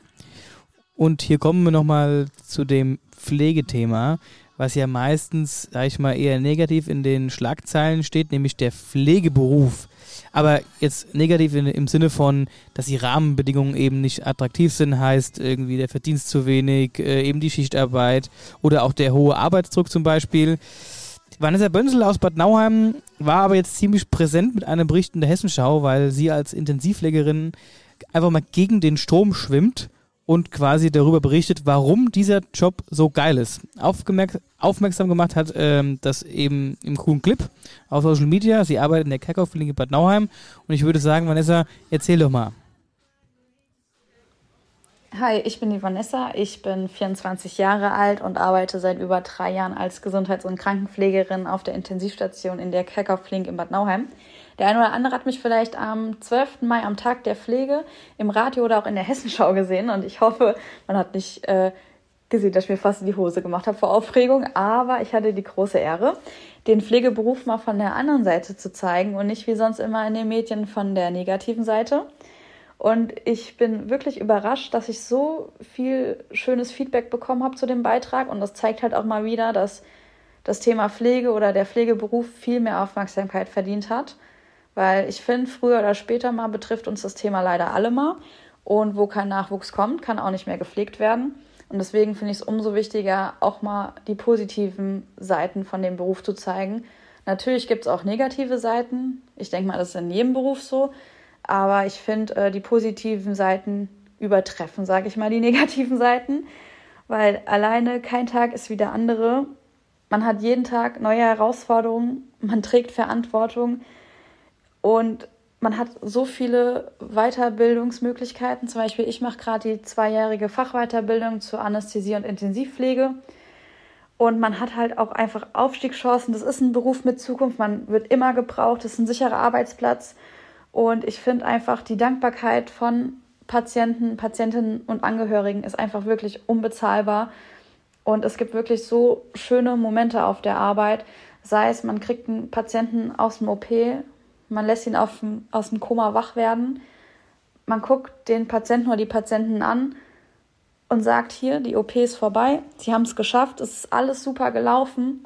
Speaker 4: Und hier kommen wir nochmal zu dem Pflegethema, was ja meistens, sag ich mal, eher negativ in den Schlagzeilen steht, nämlich der Pflegeberuf. Aber jetzt negativ in, im Sinne von, dass die Rahmenbedingungen eben nicht attraktiv sind, heißt irgendwie der Verdienst zu wenig, äh, eben die Schichtarbeit oder auch der hohe Arbeitsdruck zum Beispiel. Vanessa Bönsel aus Bad Nauheim war aber jetzt ziemlich präsent mit einem Bericht in der Hessenschau, weil sie als Intensivpflegerin einfach mal gegen den Strom schwimmt und quasi darüber berichtet, warum dieser Job so geil ist. Aufgemerkt, aufmerksam gemacht hat ähm, das eben im coolen Clip auf Social Media. Sie arbeitet in der Kerkhoff-Klinik in Bad Nauheim und ich würde sagen, Vanessa, erzähl doch mal.
Speaker 13: Hi, ich bin die Vanessa. Ich bin 24 Jahre alt und arbeite seit über drei Jahren als Gesundheits- und Krankenpflegerin auf der Intensivstation in der Kerkerflink in Bad Nauheim. Der eine oder andere hat mich vielleicht am 12. Mai am Tag der Pflege im Radio oder auch in der Hessenschau gesehen und ich hoffe, man hat nicht äh, gesehen, dass ich mir fast in die Hose gemacht habe vor Aufregung, aber ich hatte die große Ehre, den Pflegeberuf mal von der anderen Seite zu zeigen und nicht wie sonst immer in den Medien von der negativen Seite. Und ich bin wirklich überrascht, dass ich so viel schönes Feedback bekommen habe zu dem Beitrag. Und das zeigt halt auch mal wieder, dass das Thema Pflege oder der Pflegeberuf viel mehr Aufmerksamkeit verdient hat. Weil ich finde, früher oder später mal betrifft uns das Thema leider alle mal. Und wo kein Nachwuchs kommt, kann auch nicht mehr gepflegt werden. Und deswegen finde ich es umso wichtiger, auch mal die positiven Seiten von dem Beruf zu zeigen. Natürlich gibt es auch negative Seiten. Ich denke mal, das ist in jedem Beruf so. Aber ich finde, äh, die positiven Seiten übertreffen, sage ich mal, die negativen Seiten. Weil alleine kein Tag ist wie der andere. Man hat jeden Tag neue Herausforderungen, man trägt Verantwortung und man hat so viele Weiterbildungsmöglichkeiten. Zum Beispiel, ich mache gerade die zweijährige Fachweiterbildung zur Anästhesie und Intensivpflege. Und man hat halt auch einfach Aufstiegschancen. Das ist ein Beruf mit Zukunft. Man wird immer gebraucht. Das ist ein sicherer Arbeitsplatz. Und ich finde einfach die Dankbarkeit von Patienten, Patientinnen und Angehörigen ist einfach wirklich unbezahlbar. Und es gibt wirklich so schöne Momente auf der Arbeit. Sei es, man kriegt einen Patienten aus dem OP, man lässt ihn auf, dem- aus dem Koma wach werden, man guckt den Patienten oder die Patienten an und sagt hier, die OP ist vorbei, sie haben es geschafft, es ist alles super gelaufen.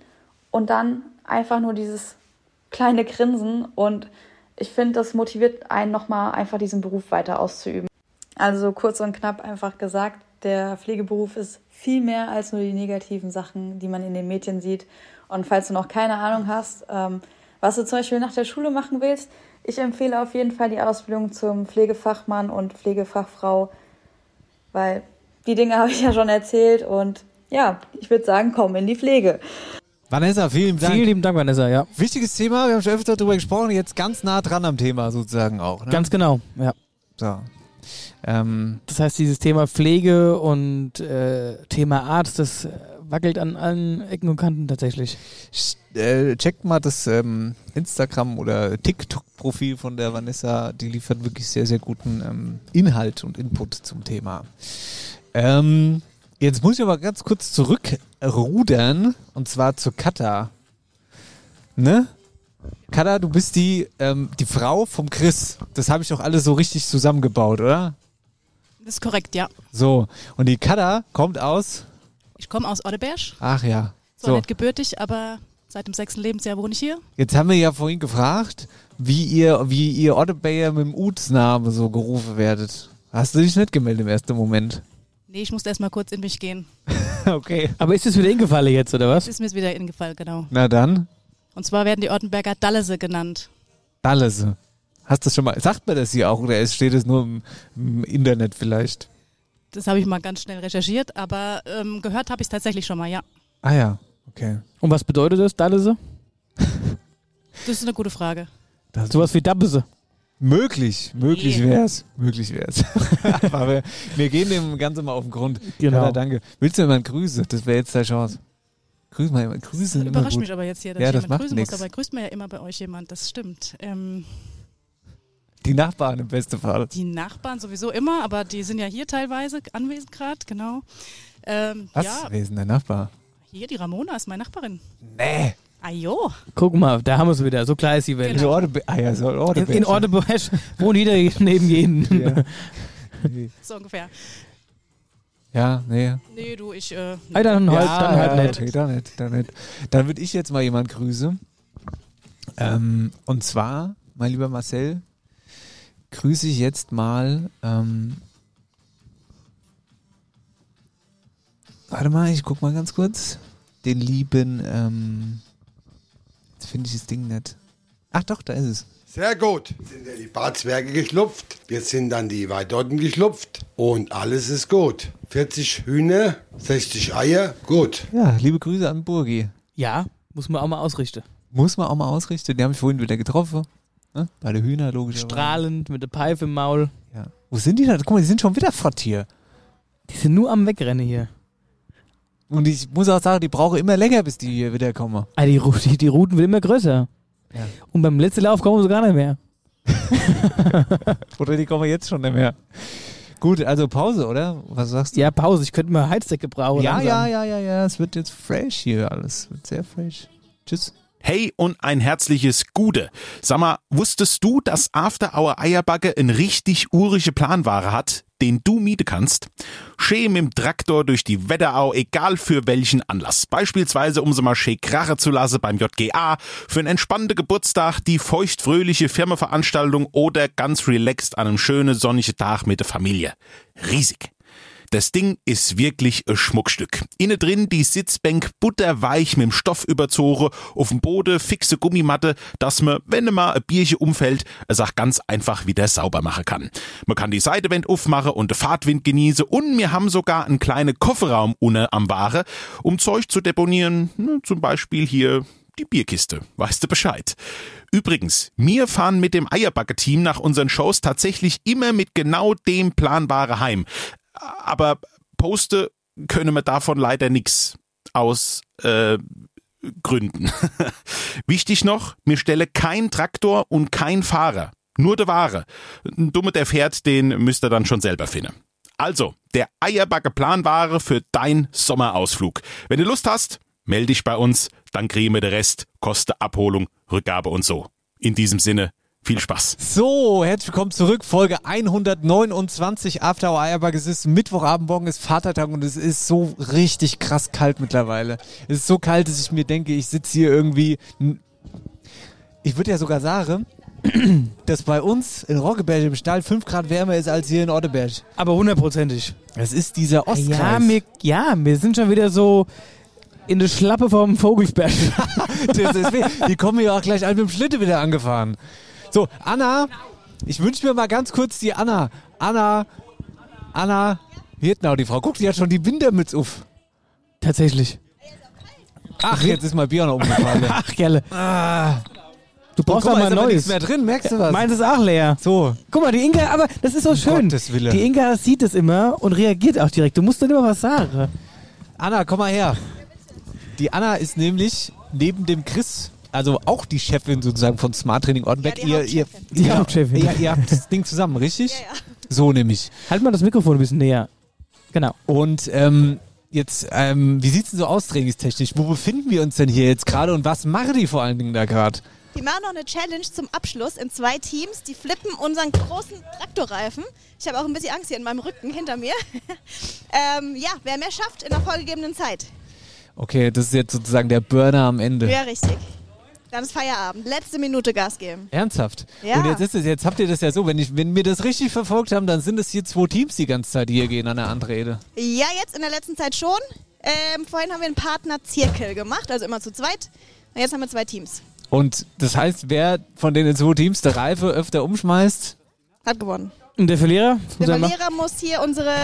Speaker 13: Und dann einfach nur dieses kleine Grinsen und ich finde, das motiviert einen nochmal einfach diesen Beruf weiter auszuüben. Also kurz und knapp einfach gesagt, der Pflegeberuf ist viel mehr als nur die negativen Sachen, die man in den Medien sieht. Und falls du noch keine Ahnung hast, ähm, was du zum Beispiel nach der Schule machen willst, ich empfehle auf jeden Fall die Ausbildung zum Pflegefachmann und Pflegefachfrau, weil die Dinge habe ich ja schon erzählt und ja, ich würde sagen, komm in die Pflege.
Speaker 3: Vanessa, vielen Dank.
Speaker 4: Vielen lieben Dank, Vanessa, ja.
Speaker 3: Wichtiges Thema, wir haben schon öfter darüber gesprochen, jetzt ganz nah dran am Thema sozusagen auch. Ne?
Speaker 4: Ganz genau, ja.
Speaker 3: So. Ähm,
Speaker 4: das heißt, dieses Thema Pflege und äh, Thema Arzt, das äh, wackelt an allen Ecken und Kanten tatsächlich.
Speaker 3: Äh, checkt mal das ähm, Instagram- oder TikTok-Profil von der Vanessa. Die liefert wirklich sehr, sehr guten ähm, Inhalt und Input zum Thema. Ähm, jetzt muss ich aber ganz kurz zurückrudern und zwar zu Katha. Ne? Katha, du bist die, ähm, die Frau vom Chris. Das habe ich doch alles so richtig zusammengebaut, oder?
Speaker 14: Das ist korrekt, ja.
Speaker 3: So, und die Katha kommt aus.
Speaker 14: Ich komme aus Odeberg,
Speaker 3: Ach ja.
Speaker 14: zwar nicht gebürtig, aber seit dem sechsten Lebensjahr wohne ich hier.
Speaker 3: Jetzt haben wir ja vorhin gefragt, wie ihr, wie ihr Ottebayer mit dem Uts-Namen so gerufen werdet. Hast du dich nicht gemeldet im ersten Moment?
Speaker 14: Nee, ich musste erstmal kurz in mich gehen.
Speaker 3: okay.
Speaker 4: Aber ist es wieder hingefallen jetzt, oder
Speaker 14: Das ist
Speaker 4: was?
Speaker 14: mir wieder in den Gefall, genau.
Speaker 3: Na dann,
Speaker 14: Und zwar werden die Ortenberger Dallese genannt.
Speaker 3: Dallese. Hast du das schon mal, sagt man das hier auch oder es steht es nur im, im Internet vielleicht?
Speaker 14: Das habe ich mal ganz schnell recherchiert, aber ähm, gehört habe ich es tatsächlich schon mal, ja.
Speaker 3: Ah ja, okay.
Speaker 4: Und was bedeutet das, Dallese?
Speaker 14: Das ist eine gute Frage.
Speaker 4: Sowas wie Dabbese.
Speaker 3: Möglich, möglich
Speaker 14: Nee.
Speaker 3: wär's, möglich wär's. Aber wir, wir gehen dem Ganzen mal auf den Grund.
Speaker 4: Genau.
Speaker 3: Ja, danke. Willst du jemanden grüßen? Das wäre jetzt deine Chance. Grüß mal jemanden. Grüßen immer
Speaker 14: Überrascht
Speaker 3: gut.
Speaker 14: mich aber jetzt hier, dass
Speaker 3: ja,
Speaker 14: ich
Speaker 3: das
Speaker 14: jemand
Speaker 3: macht
Speaker 14: grüßen muss.
Speaker 3: nichts.
Speaker 14: Dabei grüßt man ja immer bei euch jemand, das stimmt. Ähm,
Speaker 3: Die Nachbarn im besten Fall.
Speaker 14: die Nachbarn sowieso immer, aber die sind ja hier teilweise anwesend gerade, genau. Ähm,
Speaker 3: Was?
Speaker 14: Ja,
Speaker 3: Wer ist denn der Nachbar?
Speaker 14: hier, die Ramona ist meine Nachbarin.
Speaker 3: Nee.
Speaker 14: Ah jo.
Speaker 4: Guck mal, da haben wir es wieder. So klar ist die Welt.
Speaker 3: In Ordebe ah, ja, so in
Speaker 4: In,
Speaker 3: Ordebe
Speaker 4: in Ortebesch wohnt jeder neben jedem.
Speaker 14: So ungefähr.
Speaker 3: Ja, nee.
Speaker 14: Nee, du, ich. Äh,
Speaker 4: Ah, dann halt,
Speaker 3: ja,
Speaker 4: dann halt
Speaker 3: ja,
Speaker 4: nicht.
Speaker 3: Okay, dann nicht, dann nicht. Dann würde ich jetzt mal jemand grüßen. Ähm, und zwar, mein lieber Marcel, grüße ich jetzt mal. Ähm, warte mal, ich guck mal ganz kurz. Den lieben. Ähm, jetzt finde ich das Ding nicht. Ach doch, da ist es.
Speaker 15: Sehr gut. Sind in die Barzwerge geschlupft. Wir sind an die Weidotten geschlupft. Und alles ist gut. 40 Hühner, 60 Eier. Gut.
Speaker 3: Ja, liebe Grüße an Burgi.
Speaker 4: Ja, muss man auch mal ausrichten.
Speaker 3: Muss man auch mal ausrichten. Die haben mich vorhin wieder getroffen. Ne? Bei den Hühner, logischerweise.
Speaker 4: Strahlend, mit der Pfeife im Maul.
Speaker 3: Ja. Wo sind die denn? Guck mal, die sind schon wieder fort hier.
Speaker 4: Die sind nur am Wegrennen hier.
Speaker 3: Und ich muss auch sagen, die brauchen immer länger, bis die hier wieder kommen.
Speaker 4: Ah, die, Ru- die, die Routen werden immer größer.
Speaker 3: Ja.
Speaker 4: Und beim letzten Lauf kommen sie gar nicht mehr.
Speaker 3: Oder die kommen jetzt schon nicht mehr. Gut, also Pause, oder? Was sagst du?
Speaker 4: Ja, Pause. Ich könnte mal Heizdecke brauchen.
Speaker 3: Ja,
Speaker 4: langsam.
Speaker 3: ja, ja, ja, ja. Es wird jetzt fresh hier alles. Wird sehr fresh. Tschüss.
Speaker 10: Hey und ein herzliches Gude. Sag mal, wusstest du, dass After Hour Eierbacke in richtig urige Planware hat, den du mieten kannst? Schee mit dem Traktor durch die Wetterau, egal für welchen Anlass. Beispielsweise, um sie mal schee krache zu lassen beim JGA, für einen entspannten Geburtstag, die feuchtfröhliche Firmenveranstaltung oder ganz relaxed an einem schönen sonnigen Tag mit der Familie. Riesig. Das Ding ist wirklich ein Schmuckstück. Innen drin die Sitzbank butterweich mit dem Stoff überzogen, auf dem Boden fixe Gummimatte, dass man, wenn mal ein Bierchen umfällt, es auch ganz einfach wieder sauber machen kann. Man kann die Seitewand aufmachen und den Fahrtwind genießen und wir haben sogar einen kleinen Kofferraum unten am Ware, um Zeug zu deponieren, ne, zum Beispiel hier die Bierkiste, weißt du Bescheid. Übrigens, wir fahren mit dem Eierbacke-Team nach unseren Shows tatsächlich immer mit genau dem Planbare heim. Aber poste können wir davon leider nichts aus äh, Gründen. Wichtig noch, mir stelle kein Traktor und kein Fahrer. Nur der Ware. Ein Dumme, der fährt, den müsst ihr dann schon selber finden. Also, der Eierbacke Planware für dein Sommerausflug. Wenn du Lust hast, melde dich bei uns, dann kriegen wir den Rest, Koste, Abholung, Rückgabe und so. In diesem Sinne, viel Spaß.
Speaker 3: So, herzlich willkommen zurück. Folge 129 After Hour Eierbag. Es ist Mittwochabend, morgen ist Vatertag und es ist so richtig krass kalt mittlerweile. Es ist so kalt, dass ich mir denke, ich sitze hier irgendwie. n- Ich würde ja sogar sagen, dass bei uns in Roggeberg im Stall 5 Grad wärmer ist als hier in Orteberg.
Speaker 4: Aber hundertprozentig.
Speaker 3: Es ist dieser Ostkreis.
Speaker 4: Ja wir, ja, wir sind schon wieder so in der Schlappe vom Vogelsberg.
Speaker 3: Das ist weh. Die kommen ja auch gleich alle mit dem Schlitten wieder angefahren. So, Anna, ich wünsche mir mal ganz kurz die Anna. Anna, Anna Hirtnau, die Frau. Guck, die hat schon die Wintermütze auf.
Speaker 4: Tatsächlich.
Speaker 3: Ach, jetzt ist mein Bier noch umgefallen. Ah.
Speaker 4: Ach, Gelle. Du brauchst
Speaker 3: guck
Speaker 4: doch
Speaker 3: mal,
Speaker 4: mal
Speaker 3: ist aber
Speaker 4: neues.
Speaker 3: nichts mehr drin, merkst du was?
Speaker 4: Meins ist auch leer.
Speaker 3: So. Um
Speaker 4: Guck mal, die Inga, aber das ist so schön.
Speaker 3: Gottes Willen.
Speaker 4: Die Inga sieht es immer und reagiert auch direkt. Du musst dann immer was sagen.
Speaker 3: Anna, komm mal her. Die Anna ist nämlich neben dem Chris, also auch die Chefin sozusagen von Smart Training Ortenberg. ihr, ihr,
Speaker 4: Die
Speaker 3: ihr,
Speaker 4: Hauptchefin.
Speaker 3: Ihr, ihr habt das Ding zusammen, richtig? Ja, ja. So nämlich.
Speaker 4: Halt mal das Mikrofon ein bisschen näher. Genau.
Speaker 3: Und ähm, jetzt, ähm, wie sieht's denn so aus trainingstechnisch? Wo befinden wir uns denn hier jetzt gerade und was machen die vor allen Dingen da gerade?
Speaker 16: Die machen noch eine Challenge zum Abschluss in zwei Teams. Die flippen unseren großen Traktorreifen. Ich habe auch ein bisschen Angst hier in meinem Rücken hinter mir. ähm, ja, wer mehr schafft in der vorgegebenen Zeit.
Speaker 3: Okay, das ist jetzt sozusagen der Burner am Ende.
Speaker 16: Ja, richtig. Dann ist Feierabend. Letzte Minute Gas geben.
Speaker 3: Ernsthaft?
Speaker 16: Ja.
Speaker 3: Und jetzt ist es, jetzt habt ihr das ja so, wenn, ich, wenn wir das richtig verfolgt haben, dann sind es hier zwei Teams die ganze Zeit, die hier gehen an der Anrede.
Speaker 16: Ja, jetzt in der letzten Zeit schon. Ähm, vorhin haben wir einen Partnerzirkel gemacht, also immer zu zweit. Und jetzt haben wir zwei Teams.
Speaker 3: Und das heißt, wer von den zwei Teams der Reife öfter umschmeißt?
Speaker 16: Hat gewonnen.
Speaker 4: Und der Verlierer?
Speaker 16: Der Verlierer muss hier unsere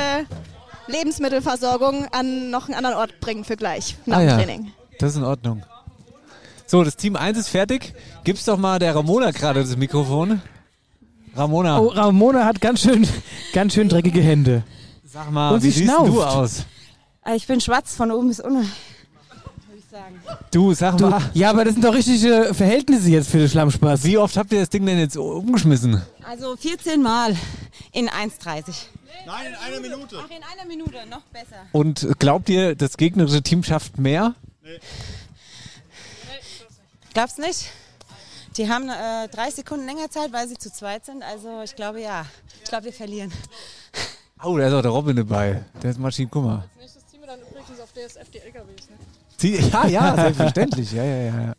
Speaker 16: Lebensmittelversorgung an noch einen anderen Ort bringen für gleich nach
Speaker 3: Ah
Speaker 16: dem
Speaker 3: ja,
Speaker 16: Training.
Speaker 3: Das ist in Ordnung. So, das Team 1 ist fertig. Gib's doch mal der Ramona gerade das Mikrofon. Ramona,
Speaker 4: Oh, Ramona hat ganz schön, ganz schön dreckige Hände.
Speaker 3: sag mal,
Speaker 4: Und
Speaker 3: wie
Speaker 4: sie
Speaker 3: siehst denn du
Speaker 4: schnauft.
Speaker 3: aus?
Speaker 17: Ah, Ich bin schwarz von oben bis unten.
Speaker 3: Du, sag mal.
Speaker 4: Ja, aber das sind doch richtige Verhältnisse jetzt für den Schlammspaß.
Speaker 3: Wie oft habt ihr das Ding denn jetzt umgeschmissen?
Speaker 17: Also 14 Mal in 1,30.
Speaker 18: Nein, in einer Minute.
Speaker 17: Ach, in einer Minute, noch besser.
Speaker 3: Und glaubt ihr, das gegnerische Team schafft mehr?
Speaker 17: Glaub's nicht? Die haben äh, drei Sekunden länger Zeit, weil sie zu zweit sind. Also ich glaube ja. Ich glaube, wir verlieren.
Speaker 3: Oh, da ist auch der Robin dabei. Der ist Maschinen, guck mal.
Speaker 9: Nächstes Team dann übrigens auf DSF die LKWs, ne?
Speaker 3: Sie- Ja, ja, selbstverständlich. Ja, ja, ja. ja.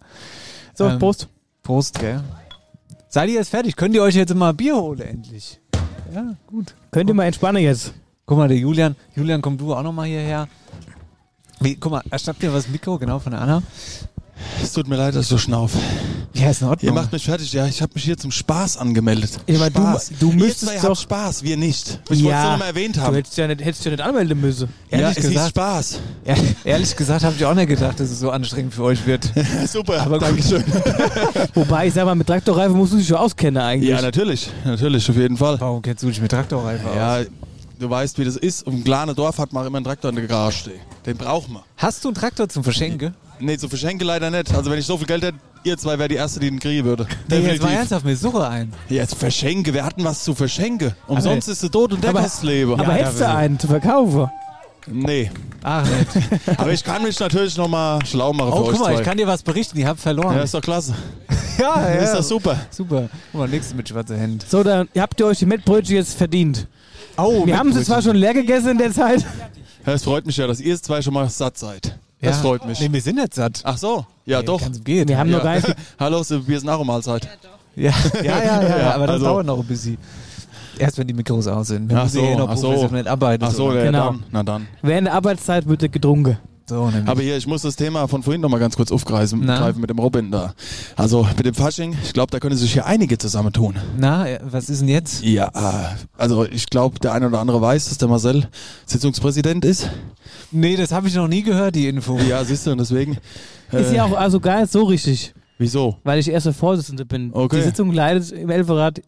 Speaker 4: So, Prost.
Speaker 3: Prost, gell. Seid ihr jetzt fertig? Könnt ihr euch jetzt mal Bier holen endlich? Ja, gut.
Speaker 4: Könnt ihr mal entspannen jetzt?
Speaker 3: Guck mal, der Julian. Julian, komm du auch nochmal hierher. Wie, guck mal, erstattet dir was Mikro, genau, von der Anna.
Speaker 18: Es tut mir leid, dass ich so schnauf.
Speaker 3: Ja, ist in Ordnung.
Speaker 18: Ihr macht mich fertig. Ja, ich habe mich hier zum Spaß angemeldet.
Speaker 4: Ja, aber du-
Speaker 18: Spaß.
Speaker 4: du
Speaker 18: Ihr
Speaker 4: müsstest
Speaker 18: zwei
Speaker 4: doch-
Speaker 18: habt Spaß, wir nicht. Ich wollte es nur noch mal erwähnt haben.
Speaker 4: Du hättest ja nicht, hättest ja nicht anmelden müssen.
Speaker 18: ja, es ist Spaß.
Speaker 3: Ja, ehrlich gesagt habe ich auch nicht gedacht, dass es so anstrengend für euch wird.
Speaker 18: Super, aber Dankeschön.
Speaker 4: Wobei, ich sag mal, mit Traktorreifen musst du dich schon auskennen eigentlich.
Speaker 18: Ja, natürlich, natürlich, auf jeden Fall.
Speaker 3: Warum kennst du dich mit Traktorreifen
Speaker 18: ja, du weißt, wie das ist. Im kleinen Dorf hat man auch immer einen Traktor in der Garage stehen. Den braucht man.
Speaker 3: Hast du einen Traktor zum Verschenken?
Speaker 18: Nee, zum Verschenken leider nicht. Also wenn ich so viel Geld hätte, ihr zwei wäre die Erste, die den kriegen würde.
Speaker 3: Nee, jetzt mal ernsthaft, mir suche einen.
Speaker 18: Jetzt verschenke, wir hatten was zu verschenken.
Speaker 3: Also,
Speaker 18: Umsonst ist sie tot und der
Speaker 4: Aber-
Speaker 18: Kost lebe.
Speaker 4: Aber hättest du einen zu verkaufen?
Speaker 18: Nee.
Speaker 3: Ach nicht.
Speaker 18: Aber ich kann mich natürlich nochmal schlau machen
Speaker 3: Oh,
Speaker 18: für euch
Speaker 3: guck mal,
Speaker 18: zwei.
Speaker 3: ich kann dir was berichten, ihr habt verloren.
Speaker 18: ja, ist doch klasse.
Speaker 3: Ja,
Speaker 18: Ist doch super.
Speaker 3: Super. Guck mal, nächstes mit schwarzer Hände.
Speaker 4: So, dann habt ihr euch die Mettbrötchen jetzt verdient.
Speaker 3: Oh,
Speaker 4: Wir haben sie
Speaker 18: Mettbrötchen.
Speaker 4: zwar schon leer gegessen in der Zeit.
Speaker 18: Ja, es freut mich ja, dass ihr zwei schon mal satt seid. Das
Speaker 3: Ja.
Speaker 18: freut mich.
Speaker 3: Nee, wir sind nicht satt.
Speaker 18: Ach so, ja doch.
Speaker 3: Geht.
Speaker 4: Wir haben
Speaker 18: ja.
Speaker 4: noch gar nicht-
Speaker 18: Hallo, wir sind auch um Mahlzeit.
Speaker 3: Ja, ja, ja, ja, aber das
Speaker 18: also-
Speaker 3: dauert noch ein bisschen. Erst wenn die Mikros aus sind. Wir
Speaker 18: Ach
Speaker 3: müssen
Speaker 18: so,
Speaker 3: hier noch
Speaker 18: ach so.
Speaker 3: professionell arbeiten.
Speaker 18: Ach so, ja,
Speaker 4: Genau.
Speaker 18: dann, na dann.
Speaker 4: Während der Arbeitszeit wird er getrunken.
Speaker 3: So, nämlich.
Speaker 18: Aber hier, ich muss das Thema von vorhin nochmal ganz kurz aufgreifen
Speaker 3: Na?
Speaker 18: greifen mit dem Robin da. Also mit dem Fasching, ich glaube, da können sich hier einige zusammentun.
Speaker 3: Na, äh, was ist denn jetzt?
Speaker 18: Ja, äh, also ich glaube, der eine oder andere weiß, dass der Marcel Sitzungspräsident ist.
Speaker 3: Nee, das habe ich noch nie gehört, die Info.
Speaker 18: Ja, siehst du, und deswegen.
Speaker 4: Ist
Speaker 18: äh,
Speaker 4: ja auch also gar nicht so richtig,
Speaker 18: Wieso?
Speaker 4: weil ich erster Vorsitzende bin.
Speaker 18: Okay.
Speaker 4: Die Sitzung leidet im Elferrat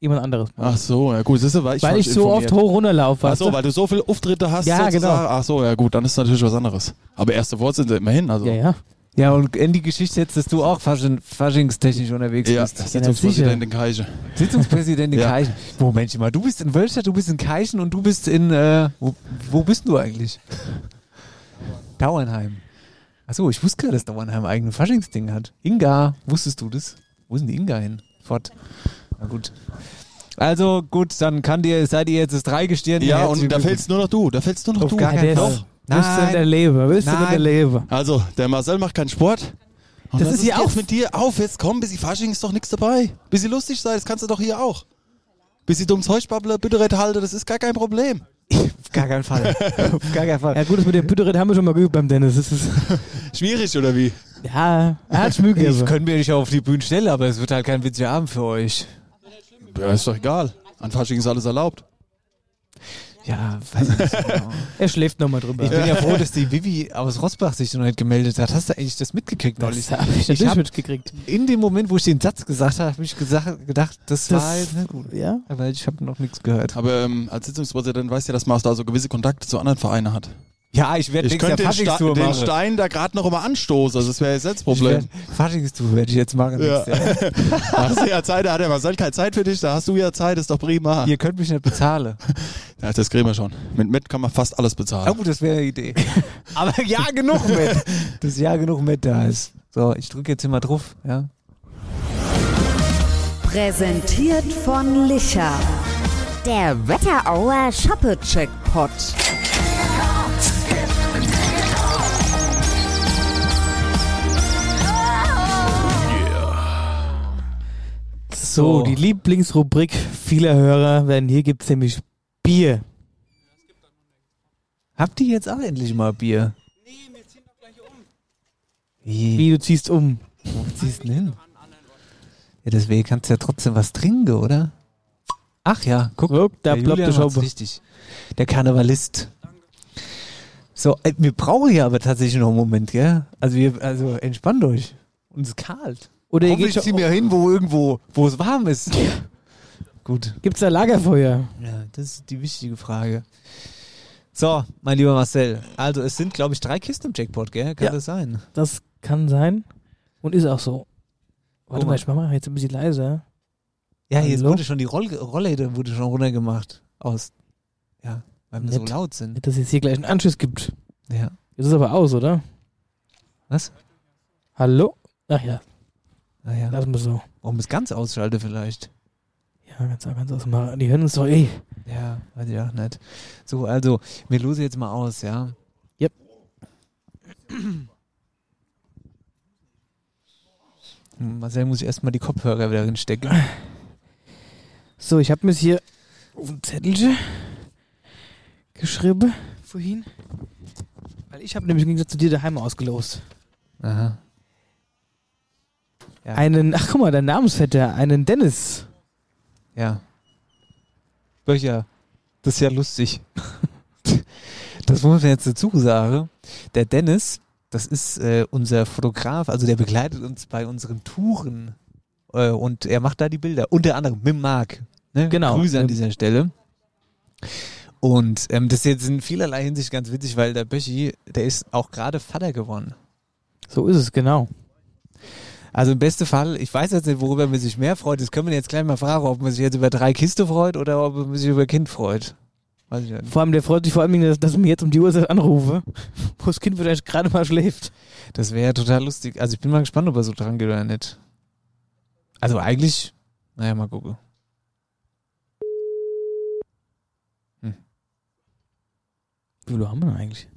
Speaker 4: jemand anderes.
Speaker 18: Ach so, ja gut, siehst du, weil ich
Speaker 4: weil
Speaker 18: falsch
Speaker 4: ich so
Speaker 18: informiert.
Speaker 4: oft hoch runterlaufe.
Speaker 18: Ach
Speaker 4: weißt
Speaker 18: so,
Speaker 4: du?
Speaker 18: weil du so viele Auftritte hast.
Speaker 4: Ja,
Speaker 18: sozusagen.
Speaker 4: genau.
Speaker 18: Ach so, ja gut, dann ist natürlich was anderes. Aber erste Worte immerhin. Also.
Speaker 4: Ja, ja.
Speaker 3: Ja, und in die Geschichte jetzt, dass du auch Fasching, faschingstechnisch unterwegs
Speaker 18: Ja,
Speaker 3: bist.
Speaker 18: Sitzungspräsidentin Keiche.
Speaker 3: Sitzungspräsident in
Speaker 18: Ja.
Speaker 3: Keichen. Moment mal, du bist in Wölstadt, du bist in Keichen und du bist in. Äh, wo, wo bist du eigentlich? Dauernheim. Achso, ich wusste gerade, dass Dauernheim eigene Faschingsding hat. Inga, wusstest du das? Wo ist denn die Inga hin? Fort. Na gut. Also gut, dann kann dir, seid ihr jetzt das Dreigestirn.
Speaker 18: Ja,
Speaker 3: Herzlichen
Speaker 18: und da
Speaker 3: Glückwunsch.
Speaker 18: fällst nur noch du. Da fällst nur noch
Speaker 3: Auf
Speaker 18: du.
Speaker 3: gar keinen Fall.
Speaker 4: Willst du
Speaker 3: Nein.
Speaker 4: mit der Leber? Willst du mit der
Speaker 3: Nein.
Speaker 4: Leber?
Speaker 18: Also, der Marcel macht keinen Sport. Und
Speaker 4: Das
Speaker 18: was
Speaker 4: ist ja
Speaker 18: jetzt
Speaker 4: auch-
Speaker 18: mit dir auf. Jetzt komm, bis die Fasching ist doch nichts dabei. Bis sie lustig sei, das kannst du doch hier auch. Bis sie dummes Heuschbabbler, bitte red halte, das ist gar kein Problem.
Speaker 3: Auf gar keinen Fall. Auf gar keinen Fall.
Speaker 4: Ja gut, das mit dem Bütterrit haben wir schon mal geübt beim Dennis. Das ist,
Speaker 18: Schwierig, oder wie?
Speaker 4: ja, er hat Mühe
Speaker 3: Ich
Speaker 4: gegeben.
Speaker 3: könnte mir nicht auf die Bühne stellen, aber es wird halt kein witziger Abend für euch.
Speaker 18: Ja, ist doch egal. An Fasching ist alles erlaubt.
Speaker 3: Ja, weiß ich nicht genau.
Speaker 4: Er schläft nochmal drüber.
Speaker 3: Ich bin ja froh, dass die Vivi aus Rosbach sich noch nicht gemeldet hat. Hast du eigentlich das mitgekriegt neulich?
Speaker 4: das habe ich natürlich
Speaker 3: hab
Speaker 4: mitgekriegt.
Speaker 3: in dem Moment, wo ich den Satz gesagt habe, habe ich gesagt, gedacht, das,
Speaker 4: Das-
Speaker 3: war jetzt nicht gut.
Speaker 4: Ja?
Speaker 3: Aber ich habe noch nichts gehört.
Speaker 18: Aber ähm, als Sitzungspräsident weißt du ja, dass man auch da so gewisse Kontakte zu anderen Vereinen hat.
Speaker 3: Ja, ich werde
Speaker 18: Ich
Speaker 3: nächstes Jahr
Speaker 18: könnte den, Sta
Speaker 3: Faschingstour
Speaker 18: den
Speaker 3: machen.
Speaker 18: Stein da gerade noch immer anstoßen. Also das wäre jetzt das
Speaker 3: Ich
Speaker 18: Problem.
Speaker 3: werd- Faschingstour werde ich jetzt machen.
Speaker 18: Ja.
Speaker 3: nächstes Jahr.
Speaker 18: hast du ja Zeit, da hat der Marcel keine Zeit für dich, da hast du ja Zeit, ist doch prima.
Speaker 3: Ihr könnt mich nicht bezahlen.
Speaker 18: Ja, das kriegen wir schon. Mit Met kann man fast alles bezahlen.
Speaker 3: Ah gut, das wäre eine Idee. Aber ja, genug mit. Das ja genug mit da ist. So, ich drücke jetzt immer drauf. Ja.
Speaker 19: Präsentiert von Licher. Der Wetterauer Shoppe-Checkpot.
Speaker 4: So, die Lieblingsrubrik vieler Hörer, denn hier gibt es nämlich Bier.
Speaker 3: Habt ihr jetzt auch endlich mal Bier? Nee,
Speaker 4: Wie du ziehst um.
Speaker 3: Wo ziehst du denn hin? Ja, deswegen kannst du ja trotzdem was trinken, oder? Ach ja, guck.
Speaker 4: da
Speaker 3: der
Speaker 4: ploppt
Speaker 3: Julian
Speaker 4: der
Speaker 3: macht's
Speaker 4: Schaube.
Speaker 3: richtig. Der Karnevalist. So, äh, wir brauchen ja aber tatsächlich noch einen Moment, gell? Also, wir, also entspannt euch. Uns ist kalt.
Speaker 4: Oder ihr
Speaker 3: Hoffentlich
Speaker 4: geht schon-
Speaker 3: ziehen wir hin, wo irgendwo, wo es warm ist. Gut.
Speaker 4: Gibt's da Lagerfeuer?
Speaker 3: Ja, das ist die wichtige Frage. So, mein lieber Marcel. Also, es sind, glaube ich, drei Kisten im Jackpot, gell? Kann
Speaker 4: Ja.
Speaker 3: das sein?
Speaker 4: Das kann sein und ist auch so. Warte
Speaker 3: Guck mal.
Speaker 4: mal, ich mach mal jetzt ein bisschen leiser.
Speaker 3: Oh Ja, jetzt
Speaker 4: Hallo?
Speaker 3: wurde schon die Roll Rollläde wurde schon runtergemacht. Aus. Ja, weil wir so
Speaker 4: Nett.
Speaker 3: laut sind.
Speaker 4: Nicht, dass es jetzt hier gleich einen Anschluss gibt.
Speaker 3: Ja.
Speaker 4: Jetzt ist aber aus, oder?
Speaker 3: Was? Ah
Speaker 4: Hallo? Ach ja,
Speaker 3: Naja.
Speaker 4: lassen wir so.
Speaker 3: Warum Um es ganz ausschalte vielleicht?
Speaker 4: Ja, ganz, ganz aus dem Mar- Die hören uns doch eh.
Speaker 3: Ja, weiß ich auch nicht. So, also, wir losen jetzt mal aus, ja?
Speaker 4: Yep.
Speaker 3: Hm, Marcel muss ich erstmal die Kopfhörer wieder reinstecken.
Speaker 4: So, ich habe mir hier auf ein Zettelchen geschrieben vorhin. Weil ich habe nämlich im Gegensatz zu dir daheim ausgelost.
Speaker 3: Aha. Ja.
Speaker 4: Einen, ach guck mal, dein Namensvetter, einen Dennis.
Speaker 3: Ja. Böcher, das ist ja lustig. Das muss man jetzt dazu sagen. Der Dennis, das ist äh, unser Fotograf, also der begleitet uns bei unseren Touren äh, und er macht da die Bilder, unter anderem mit Marc. Ne?
Speaker 4: Genau.
Speaker 3: Grüße an
Speaker 4: Ähm,
Speaker 3: dieser Stelle. Und ähm, das ist jetzt in vielerlei Hinsicht ganz witzig, weil der Böchi, der ist auch gerade Vater geworden.
Speaker 4: So ist es, genau.
Speaker 3: Also im besten Fall, ich weiß jetzt nicht, worüber man sich mehr freut. Das können wir jetzt gleich mal fragen, ob man sich jetzt über drei Kiste freut oder ob man sich über Kind freut. Weiß ich nicht.
Speaker 4: Vor allem, der freut sich vor allem, dass, dass ich mir jetzt um die Uhrzeit anrufe, wo das Kind vielleicht gerade mal schläft.
Speaker 3: Das wäre ja total lustig. Also ich bin mal gespannt, ob er so dran geht oder nicht. Also eigentlich, naja, mal gucken.
Speaker 4: Wie viele haben wir denn eigentlich?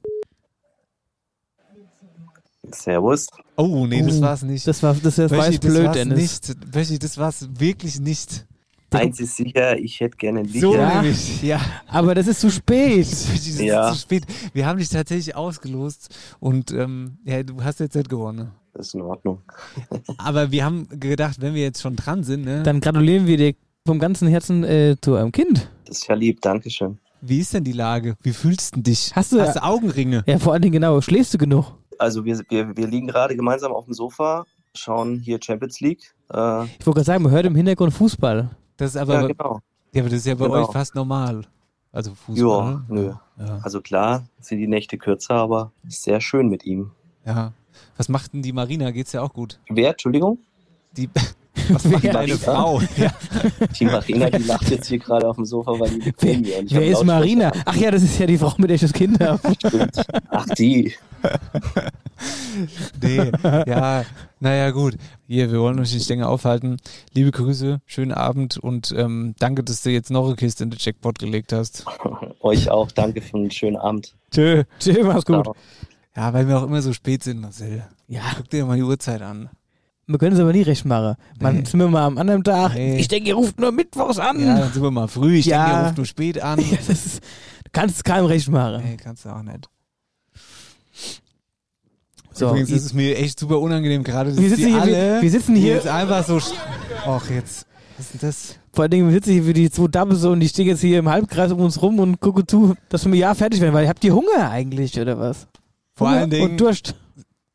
Speaker 20: Servus.
Speaker 3: Oh, nee, das
Speaker 4: Oh,
Speaker 3: war's nicht.
Speaker 4: das war- das- das war
Speaker 3: Böschi,
Speaker 4: jetzt blöd,
Speaker 3: war's
Speaker 4: Dennis.
Speaker 3: Nicht. Böschi, das war's wirklich nicht.
Speaker 20: Eins ist sicher, ich hätte gerne dich.
Speaker 3: So nämlich, ja.
Speaker 4: Aber das ist zu spät.
Speaker 3: ja.
Speaker 20: Ja.
Speaker 3: Zu spät. Wir haben dich tatsächlich ausgelost und ähm, ja, du hast jetzt nicht gewonnen.
Speaker 20: Das ist in Ordnung.
Speaker 3: Aber wir haben gedacht, wenn wir jetzt schon dran sind, ne?
Speaker 4: Dann gratulieren wir dir vom ganzen Herzen äh, zu einem Kind.
Speaker 20: Das ist ja lieb, Dankeschön.
Speaker 3: Wie ist denn die Lage? Wie fühlst du dich?
Speaker 4: Hast du-
Speaker 3: Hast du Augenringe?
Speaker 4: Ja, vor allen Dingen genau, schläfst du genug?
Speaker 20: Also wir, wir, wir liegen gerade gemeinsam auf dem Sofa, schauen hier Champions League. Äh,
Speaker 4: Ich wollte gerade sagen, man hört im Hintergrund Fußball.
Speaker 3: Das ist aber,
Speaker 20: Ja, genau.
Speaker 3: ja, aber das ist ja bei
Speaker 20: Genau.
Speaker 3: euch fast normal. Also
Speaker 20: ja,
Speaker 3: Fußball. ne?
Speaker 20: nö.
Speaker 3: Ja.
Speaker 20: Also klar sind die Nächte kürzer, aber ist sehr schön mit ihm.
Speaker 3: Ja. Was macht denn die Marina? Geht's ja auch gut.
Speaker 20: Wer, Entschuldigung?
Speaker 3: Die, was macht deine Frau? Ja.
Speaker 20: Die Marina, die lacht jetzt hier gerade auf dem Sofa, weil die kennen wir.
Speaker 4: Wer ist Marina? Ach ja, das ist ja die Frau, mit der ich das Kind habe.
Speaker 20: Ach, die.
Speaker 3: Nee, ja, naja, gut. Hier, wir wollen euch nicht länger aufhalten. Liebe Grüße, schönen Abend und ähm, danke, dass du jetzt noch eine Kiste in den Jackpot gelegt hast.
Speaker 20: Euch auch, danke für einen schönen Abend.
Speaker 3: Tschö.
Speaker 4: Tschö, mach's gut.
Speaker 20: Ciao.
Speaker 3: Ja, weil wir auch immer so spät sind, Marcel.
Speaker 4: Ja.
Speaker 3: Guck dir mal die Uhrzeit an.
Speaker 4: Wir können es aber nie recht machen. Man sind wir mal am anderen Tag. Ich denke, ihr ruft nur mittwochs an.
Speaker 3: Ja, dann sind wir mal früh. Ich
Speaker 4: Ja.
Speaker 3: denke, ihr ruft nur spät an.
Speaker 4: Ja, das ist, du kannst es keinem recht machen.
Speaker 3: Nee, kannst du auch nicht.
Speaker 4: So,
Speaker 3: Übrigens
Speaker 4: ihr-
Speaker 3: ist es mir echt super unangenehm gerade. dass
Speaker 4: Wir sitzen
Speaker 3: die
Speaker 4: hier-
Speaker 3: alle,
Speaker 4: wir- wir sitzen
Speaker 3: die
Speaker 4: hier-
Speaker 3: Jetzt einfach so. sch- Och, jetzt. Was ist denn das?
Speaker 4: Vor allen Dingen sitze ich hier für die zwei Doubles und ich stehe jetzt hier im Halbkreis um uns rum und gucke zu, dass wir ja fertig werden, weil habt ihr Hunger eigentlich oder was?
Speaker 3: Vor
Speaker 4: Hunger
Speaker 3: allen Dingen-
Speaker 4: Und Durst.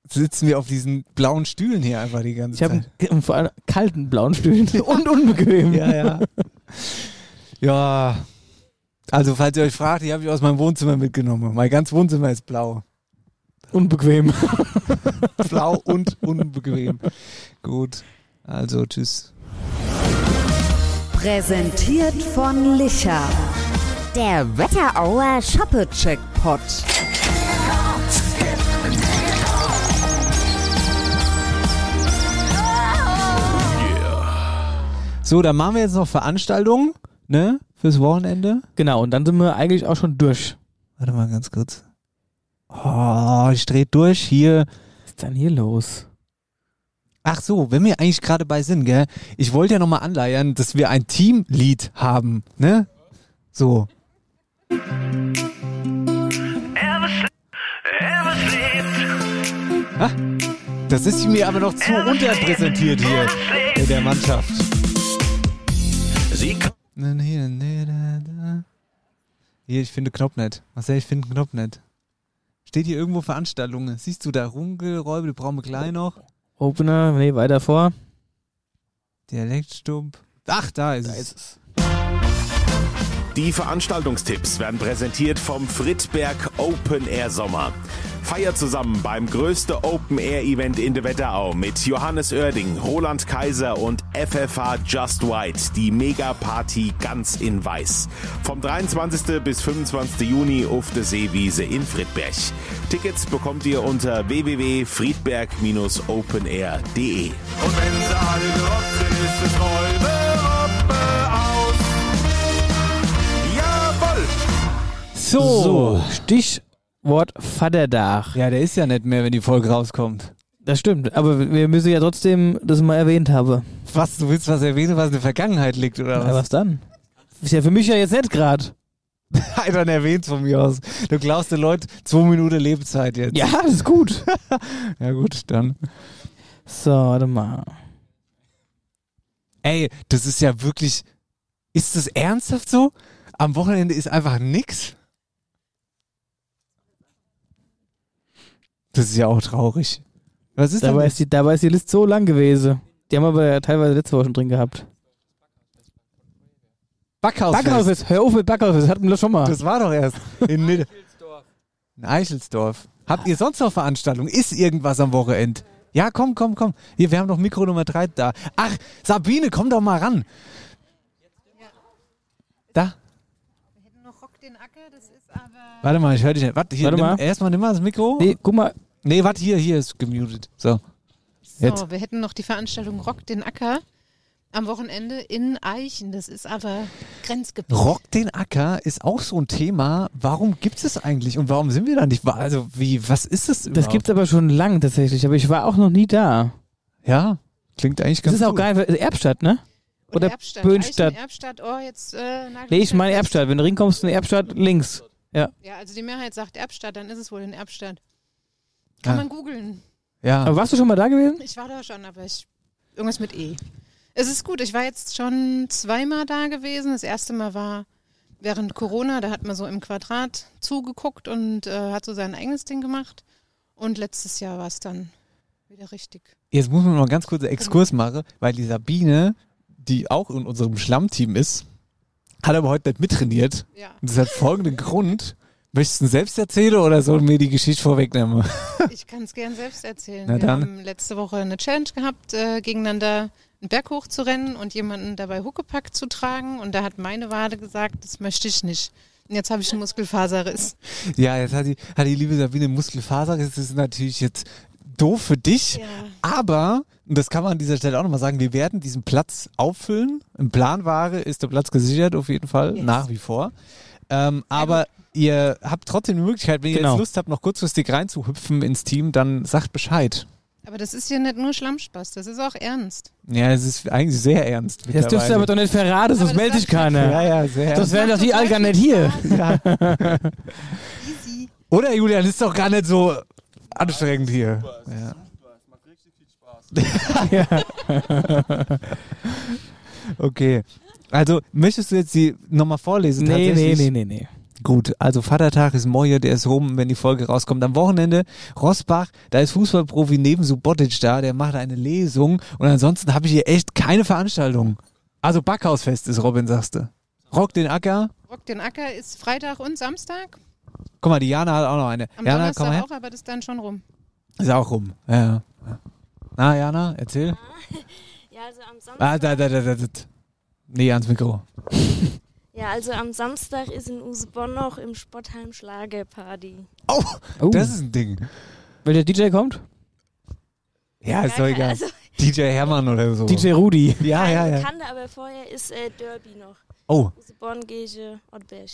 Speaker 3: Sitzen wir auf diesen blauen Stühlen hier einfach die
Speaker 4: Ich
Speaker 3: ganze
Speaker 4: habe
Speaker 3: Zeit.
Speaker 4: und vor allem kalten blauen Stühlen und unbequem.
Speaker 3: Ja, ja. Ja. Also, falls ihr euch fragt, die habe ich aus meinem Wohnzimmer mitgenommen. Mein ganzes Wohnzimmer ist blau.
Speaker 4: Unbequem.
Speaker 3: Blau und unbequem. Gut. Also, tschüss.
Speaker 19: Präsentiert von Licher. Der Wetterauer Shoppe-Checkpot.
Speaker 3: So, dann machen wir jetzt noch Veranstaltungen, ne? Fürs Wochenende.
Speaker 4: Genau, und dann sind wir eigentlich auch schon durch.
Speaker 3: Warte mal ganz kurz. Oh, ich drehe durch hier.
Speaker 4: Was ist denn hier los?
Speaker 3: Ach so, wenn wir eigentlich gerade bei sind, gell? Ich wollte ja nochmal anleiern, dass wir ein Teamlied haben, ne? So. Ah, das ist mir aber noch zu unterpräsentiert hier in der Mannschaft.
Speaker 21: Sie
Speaker 3: Nein, hier, nee, da, da. Hier, ich finde Knopf nicht. Marcel, ich finde Knopf nicht. Steht hier irgendwo Veranstaltungen? Siehst du da Runkelräube, die brauchen wir gleich noch.
Speaker 4: Opener, nee, weiter vor.
Speaker 3: Dialektstump. Ach, da ist es.
Speaker 10: Die Veranstaltungstipps werden präsentiert vom Fritberg Open Air Sommer. Feiert zusammen beim größte Open Air Event in der Wetterau mit Johannes Oerding, Roland Kaiser und FFH Just White, die Mega Party ganz in Weiß. Vom 23. bis 25. Juni auf der Seewiese in Fritberg. Tickets bekommt ihr unter www.friedberg-openair.de.
Speaker 22: Wenn sie alle gerotzt sind, ist es Räume, Robbe aus. Jawohl!
Speaker 4: So, Stichwort Vatterdach.
Speaker 3: Ja, der ist ja nicht mehr, wenn die Folge rauskommt.
Speaker 4: Das stimmt, aber wir müssen ja trotzdem das mal erwähnt haben.
Speaker 3: Was, du willst was erwähnen, was in der Vergangenheit liegt, oder was?
Speaker 4: Ja, was dann? Ist ja für mich ja jetzt nicht gerade.
Speaker 3: Einer erwähnt von mir aus. Du glaubst den Leuten zwei Minuten Lebenszeit jetzt.
Speaker 4: Ja, das ist gut.
Speaker 3: ja, gut, dann.
Speaker 4: So, warte mal.
Speaker 3: Ey, das ist ja wirklich. Ist das ernsthaft so? Am Wochenende ist einfach nix? Das ist ja auch traurig. Was ist
Speaker 4: dabei,
Speaker 3: denn
Speaker 4: ist die, dabei ist die Liste so lang gewesen. Die haben wir aber teilweise letzte Woche schon drin gehabt.
Speaker 3: Backhausfest.
Speaker 4: Backhausfest, hör auf mit Backhausfest, das hatten wir schon mal.
Speaker 3: Das war doch erst in Mitte. In Eichelsdorf. Habt ihr sonst noch Veranstaltungen? Ist irgendwas am Wochenende? Ja, komm, komm, komm. Hier, wir haben noch Mikro Nummer 3 da. Ach, Sabine, komm doch mal ran. Da. Warte mal, ich höre dich nicht. Warte, hier,
Speaker 4: Warte mal.
Speaker 3: nimm, erstmal nimm mal das Mikro.
Speaker 4: Nee, guck mal.
Speaker 3: Nee, warte, hier, hier ist gemutet. So.
Speaker 21: So,
Speaker 3: Jetzt.
Speaker 21: wir hätten noch die Veranstaltung Rock den Acker am Wochenende in Eichen. Das ist aber Grenzgebiet.
Speaker 3: Rock den Acker ist auch so ein Thema. Warum gibt es das eigentlich und warum sind wir da nicht? wa- Also, wie, was ist das überhaupt?
Speaker 4: Das gibt's aber schon lang tatsächlich, aber ich war auch noch nie da.
Speaker 3: Ja, klingt eigentlich
Speaker 4: Das
Speaker 3: ganz
Speaker 4: ist auch
Speaker 3: gut.
Speaker 4: geil, weil- Erbstadt, ne? Oder
Speaker 21: Erbstadt,
Speaker 4: Böhnstadt.
Speaker 21: Eichen, Erbstadt, oh, jetzt. Äh, nagelt
Speaker 4: Nee, ich
Speaker 21: mich
Speaker 4: meine Erbstadt. Wenn du ringkommst, in Erbstadt links. Ja.
Speaker 21: fest. Ja, also die Mehrheit sagt Erbstadt, dann ist es wohl in Erbstadt. Kann
Speaker 4: Ah.
Speaker 21: man googeln.
Speaker 3: Ja.
Speaker 4: Aber warst du schon mal da gewesen?
Speaker 21: Ich war da schon, aber ich. Irgendwas mit E. Es ist gut, ich war jetzt schon zweimal da gewesen. Das erste Mal war während Corona, da hat man so im Quadrat zugeguckt und äh, hat so sein eigenes Ding gemacht. Und letztes Jahr war es dann wieder richtig.
Speaker 3: Jetzt muss man noch einen ganz kurzen Exkurs machen, weil die Sabine, die auch in unserem Schlammteam ist, hat aber heute nicht mittrainiert.
Speaker 21: Ja.
Speaker 3: Und das hat folgenden Grund. Möchtest du ihn selbst erzählen oder soll mir die Geschichte vorwegnehmen?
Speaker 21: Ich kann es gern selbst erzählen.
Speaker 3: Na
Speaker 21: wir
Speaker 3: dann.
Speaker 21: haben letzte Woche eine Challenge gehabt, äh, gegeneinander einen Berg hoch zu rennen und jemanden dabei Huckepack zu tragen. Und da hat meine Wade gesagt, das möchte ich nicht. Und jetzt habe ich einen Muskelfaserriss.
Speaker 3: Ja, jetzt hat die, hat die liebe Sabine Muskelfaser. Das ist natürlich jetzt doof für dich. Aber, und das kann man an dieser Stelle auch nochmal sagen, wir werden diesen Platz auffüllen. Im Planware ist der Platz gesichert, auf jeden Fall, nach wie vor. Ähm, aber ihr habt trotzdem die Möglichkeit, wenn ihr
Speaker 4: Genau.
Speaker 3: jetzt Lust habt, noch kurzfristig reinzuhüpfen ins Team, dann sagt Bescheid.
Speaker 21: Aber das ist hier nicht nur Schlammspaß, das ist auch ernst.
Speaker 3: Ja, es ist eigentlich sehr ernst.
Speaker 4: Das dürfst du aber doch nicht verraten, sonst melde ich keiner.
Speaker 3: Ja, ja, sehr
Speaker 4: Sonst
Speaker 3: ernst.
Speaker 4: wären doch die alle gar nicht hier.
Speaker 3: Oder Julian, ist doch gar nicht so anstrengend hier. Ja. ja. okay. Also, möchtest du jetzt die nochmal vorlesen?
Speaker 4: Nee,
Speaker 3: tatsächlich?
Speaker 4: nee, nee, nee, nee.
Speaker 3: Gut, also Vatertag ist Moje, der ist rum, wenn die Folge rauskommt. Am Wochenende Rosbach, da ist Fußballprofi neben Subotic da, der macht eine Lesung und ansonsten habe ich hier echt keine Veranstaltung. Also Backhausfest ist Robin, sagst du. Rock den Acker.
Speaker 21: Rock den Acker ist Freitag und Samstag.
Speaker 3: Guck mal, die Jana hat auch noch eine.
Speaker 21: Am
Speaker 3: Jana, komm mal her.
Speaker 21: Donnerstag auch, aber das ist dann schon rum.
Speaker 3: Ist auch rum. Ja, Ja. Na, Jana, erzähl.
Speaker 21: Ah.
Speaker 23: Ja, also am Samstag.
Speaker 3: Ah, da, da, da, da, da. Nee, ans Mikro.
Speaker 23: Ja, also am Samstag ist in Usebonn noch im Spottheim Schlagerparty.
Speaker 3: Oh,
Speaker 4: Oh.
Speaker 3: das ist ein Ding.
Speaker 4: Welcher DJ kommt?
Speaker 3: Ja, ist doch egal.
Speaker 23: also-
Speaker 3: DJ Hermann oder so.
Speaker 4: DJ Rudi.
Speaker 3: Ja, ja, ja.
Speaker 23: Kannte aber vorher ist äh, Derby noch.
Speaker 3: Oh.
Speaker 23: Usebonn, Gege, Ottberg.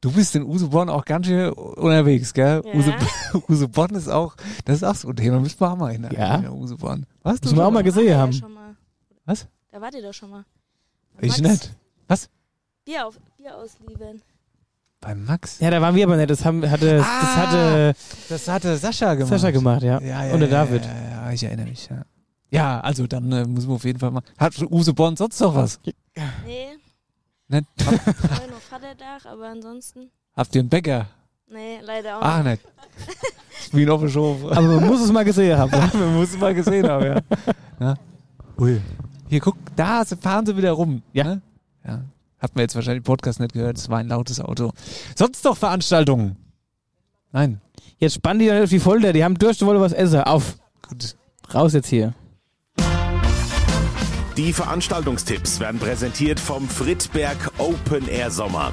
Speaker 3: Du bist in Usebonn auch ganz schön unterwegs, gell?
Speaker 23: Ja.
Speaker 3: Use Usebonn ist auch, das ist auch so ein Thema. Müssen wir auch mal hin.
Speaker 4: Ja.
Speaker 3: in Usebonn. Was?
Speaker 4: Müssen wir auch mal gesehen haben.
Speaker 23: Schon mal.
Speaker 3: Was?
Speaker 23: Da wart ihr doch schon mal.
Speaker 3: Ich
Speaker 23: Max.
Speaker 3: nicht. Was?
Speaker 23: Bier, auf, Bier ausliefern.
Speaker 3: Bei Max? Ah!
Speaker 4: Ja, da waren wir aber nicht. Das, haben, hatte, das hatte
Speaker 3: Das hatte Sascha gemacht.
Speaker 4: Sascha gemacht, ja.
Speaker 3: ja, ja
Speaker 4: Und der
Speaker 3: ja,
Speaker 4: David.
Speaker 3: Ja, ja, ja, ich erinnere mich, ja. Ja, also dann äh, müssen wir auf jeden Fall mal. Hat Usebonn sonst noch was?
Speaker 23: Nee,
Speaker 3: Nicht?
Speaker 23: vorher noch Vaterdach, aber ansonsten.
Speaker 3: Habt ihr einen Bäcker?
Speaker 23: Nee, leider auch
Speaker 3: Ach, nicht. Ah, Wie ein offener Schof.
Speaker 4: Aber man muss es mal gesehen haben.
Speaker 3: man muss es mal gesehen haben, ja. Na? Ui. Hier, guck, da se- fahren sie wieder rum. Ja. ja. Hat man jetzt wahrscheinlich im Podcast nicht gehört, es war ein lautes Auto. Sonst noch Veranstaltungen? Nein.
Speaker 4: Jetzt spannen die doch nicht auf die Folter, die haben Durst, die wollen was essen. Auf.
Speaker 3: Gut.
Speaker 4: Raus jetzt hier.
Speaker 10: Die Veranstaltungstipps werden präsentiert vom Fritberg Open Air Sommer.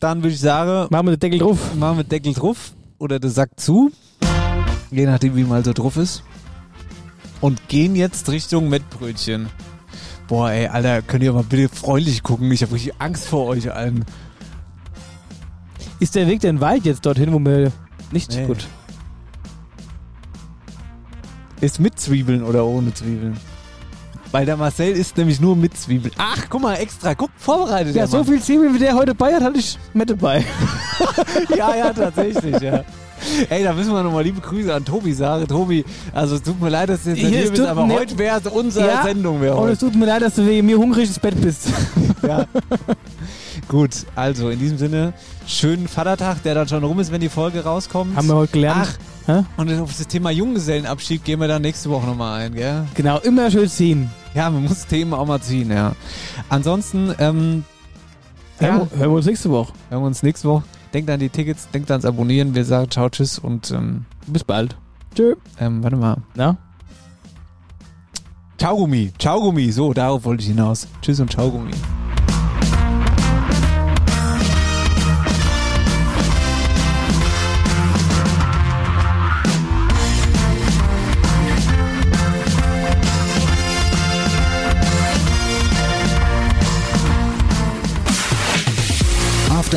Speaker 3: dann würde ich sagen.
Speaker 4: Machen wir den Deckel drauf.
Speaker 3: Machen wir den Deckel drauf. Oder den Sack zu. Je nachdem, wie mal so drauf ist. Und gehen jetzt Richtung Mettbrötchen. Boah, ey, Alter, könnt ihr mal bitte freundlich gucken. Ich habe richtig Angst vor euch allen.
Speaker 4: Ist der Weg denn weit jetzt dorthin, wo wir nicht
Speaker 3: Nee.
Speaker 4: gut.
Speaker 3: Ist mit Zwiebeln oder ohne Zwiebeln? Weil der Marcel isst nämlich nur mit Zwiebeln. Ach, guck mal, extra. Guck, vorbereitet.
Speaker 4: Ja,
Speaker 3: der
Speaker 4: so
Speaker 3: Mann.
Speaker 4: viel Zwiebeln, wie der heute bei hat, hatte ich mit dabei.
Speaker 3: ja, ja, tatsächlich, ja. Ey, da müssen wir nochmal liebe Grüße an Tobi sagen. Tobi, also es tut mir leid, dass du jetzt nicht hier bist, aber heute wäre es unsere Sendung. Wäre
Speaker 4: Und
Speaker 3: heute.
Speaker 4: es tut mir leid, dass du wegen mir hungrig ins Bett bist.
Speaker 3: Gut, also in diesem Sinne, schönen Vatertag, der dann schon rum ist, wenn die Folge rauskommt.
Speaker 4: Haben wir heute gelernt.
Speaker 3: Ach, und auf das Thema Junggesellenabschied gehen wir dann nächste Woche nochmal ein, gell?
Speaker 4: Genau, immer schön ziehen.
Speaker 3: Ja, man muss Themen auch mal ziehen, ja. Ansonsten, ähm,
Speaker 4: Hören wir- hören wir uns nächste Woche.
Speaker 3: Hören wir uns nächste Woche. Denkt an die Tickets, denkt ans Abonnieren. Wir sagen ciao, tschüss und ähm,
Speaker 4: bis bald. Tschö.
Speaker 3: Ähm, warte mal.
Speaker 4: Na?
Speaker 3: Ciao, Gummi. Ciao, Gummi. So, darauf wollte ich hinaus. Tschüss und ciao, Gummi.
Speaker 2: After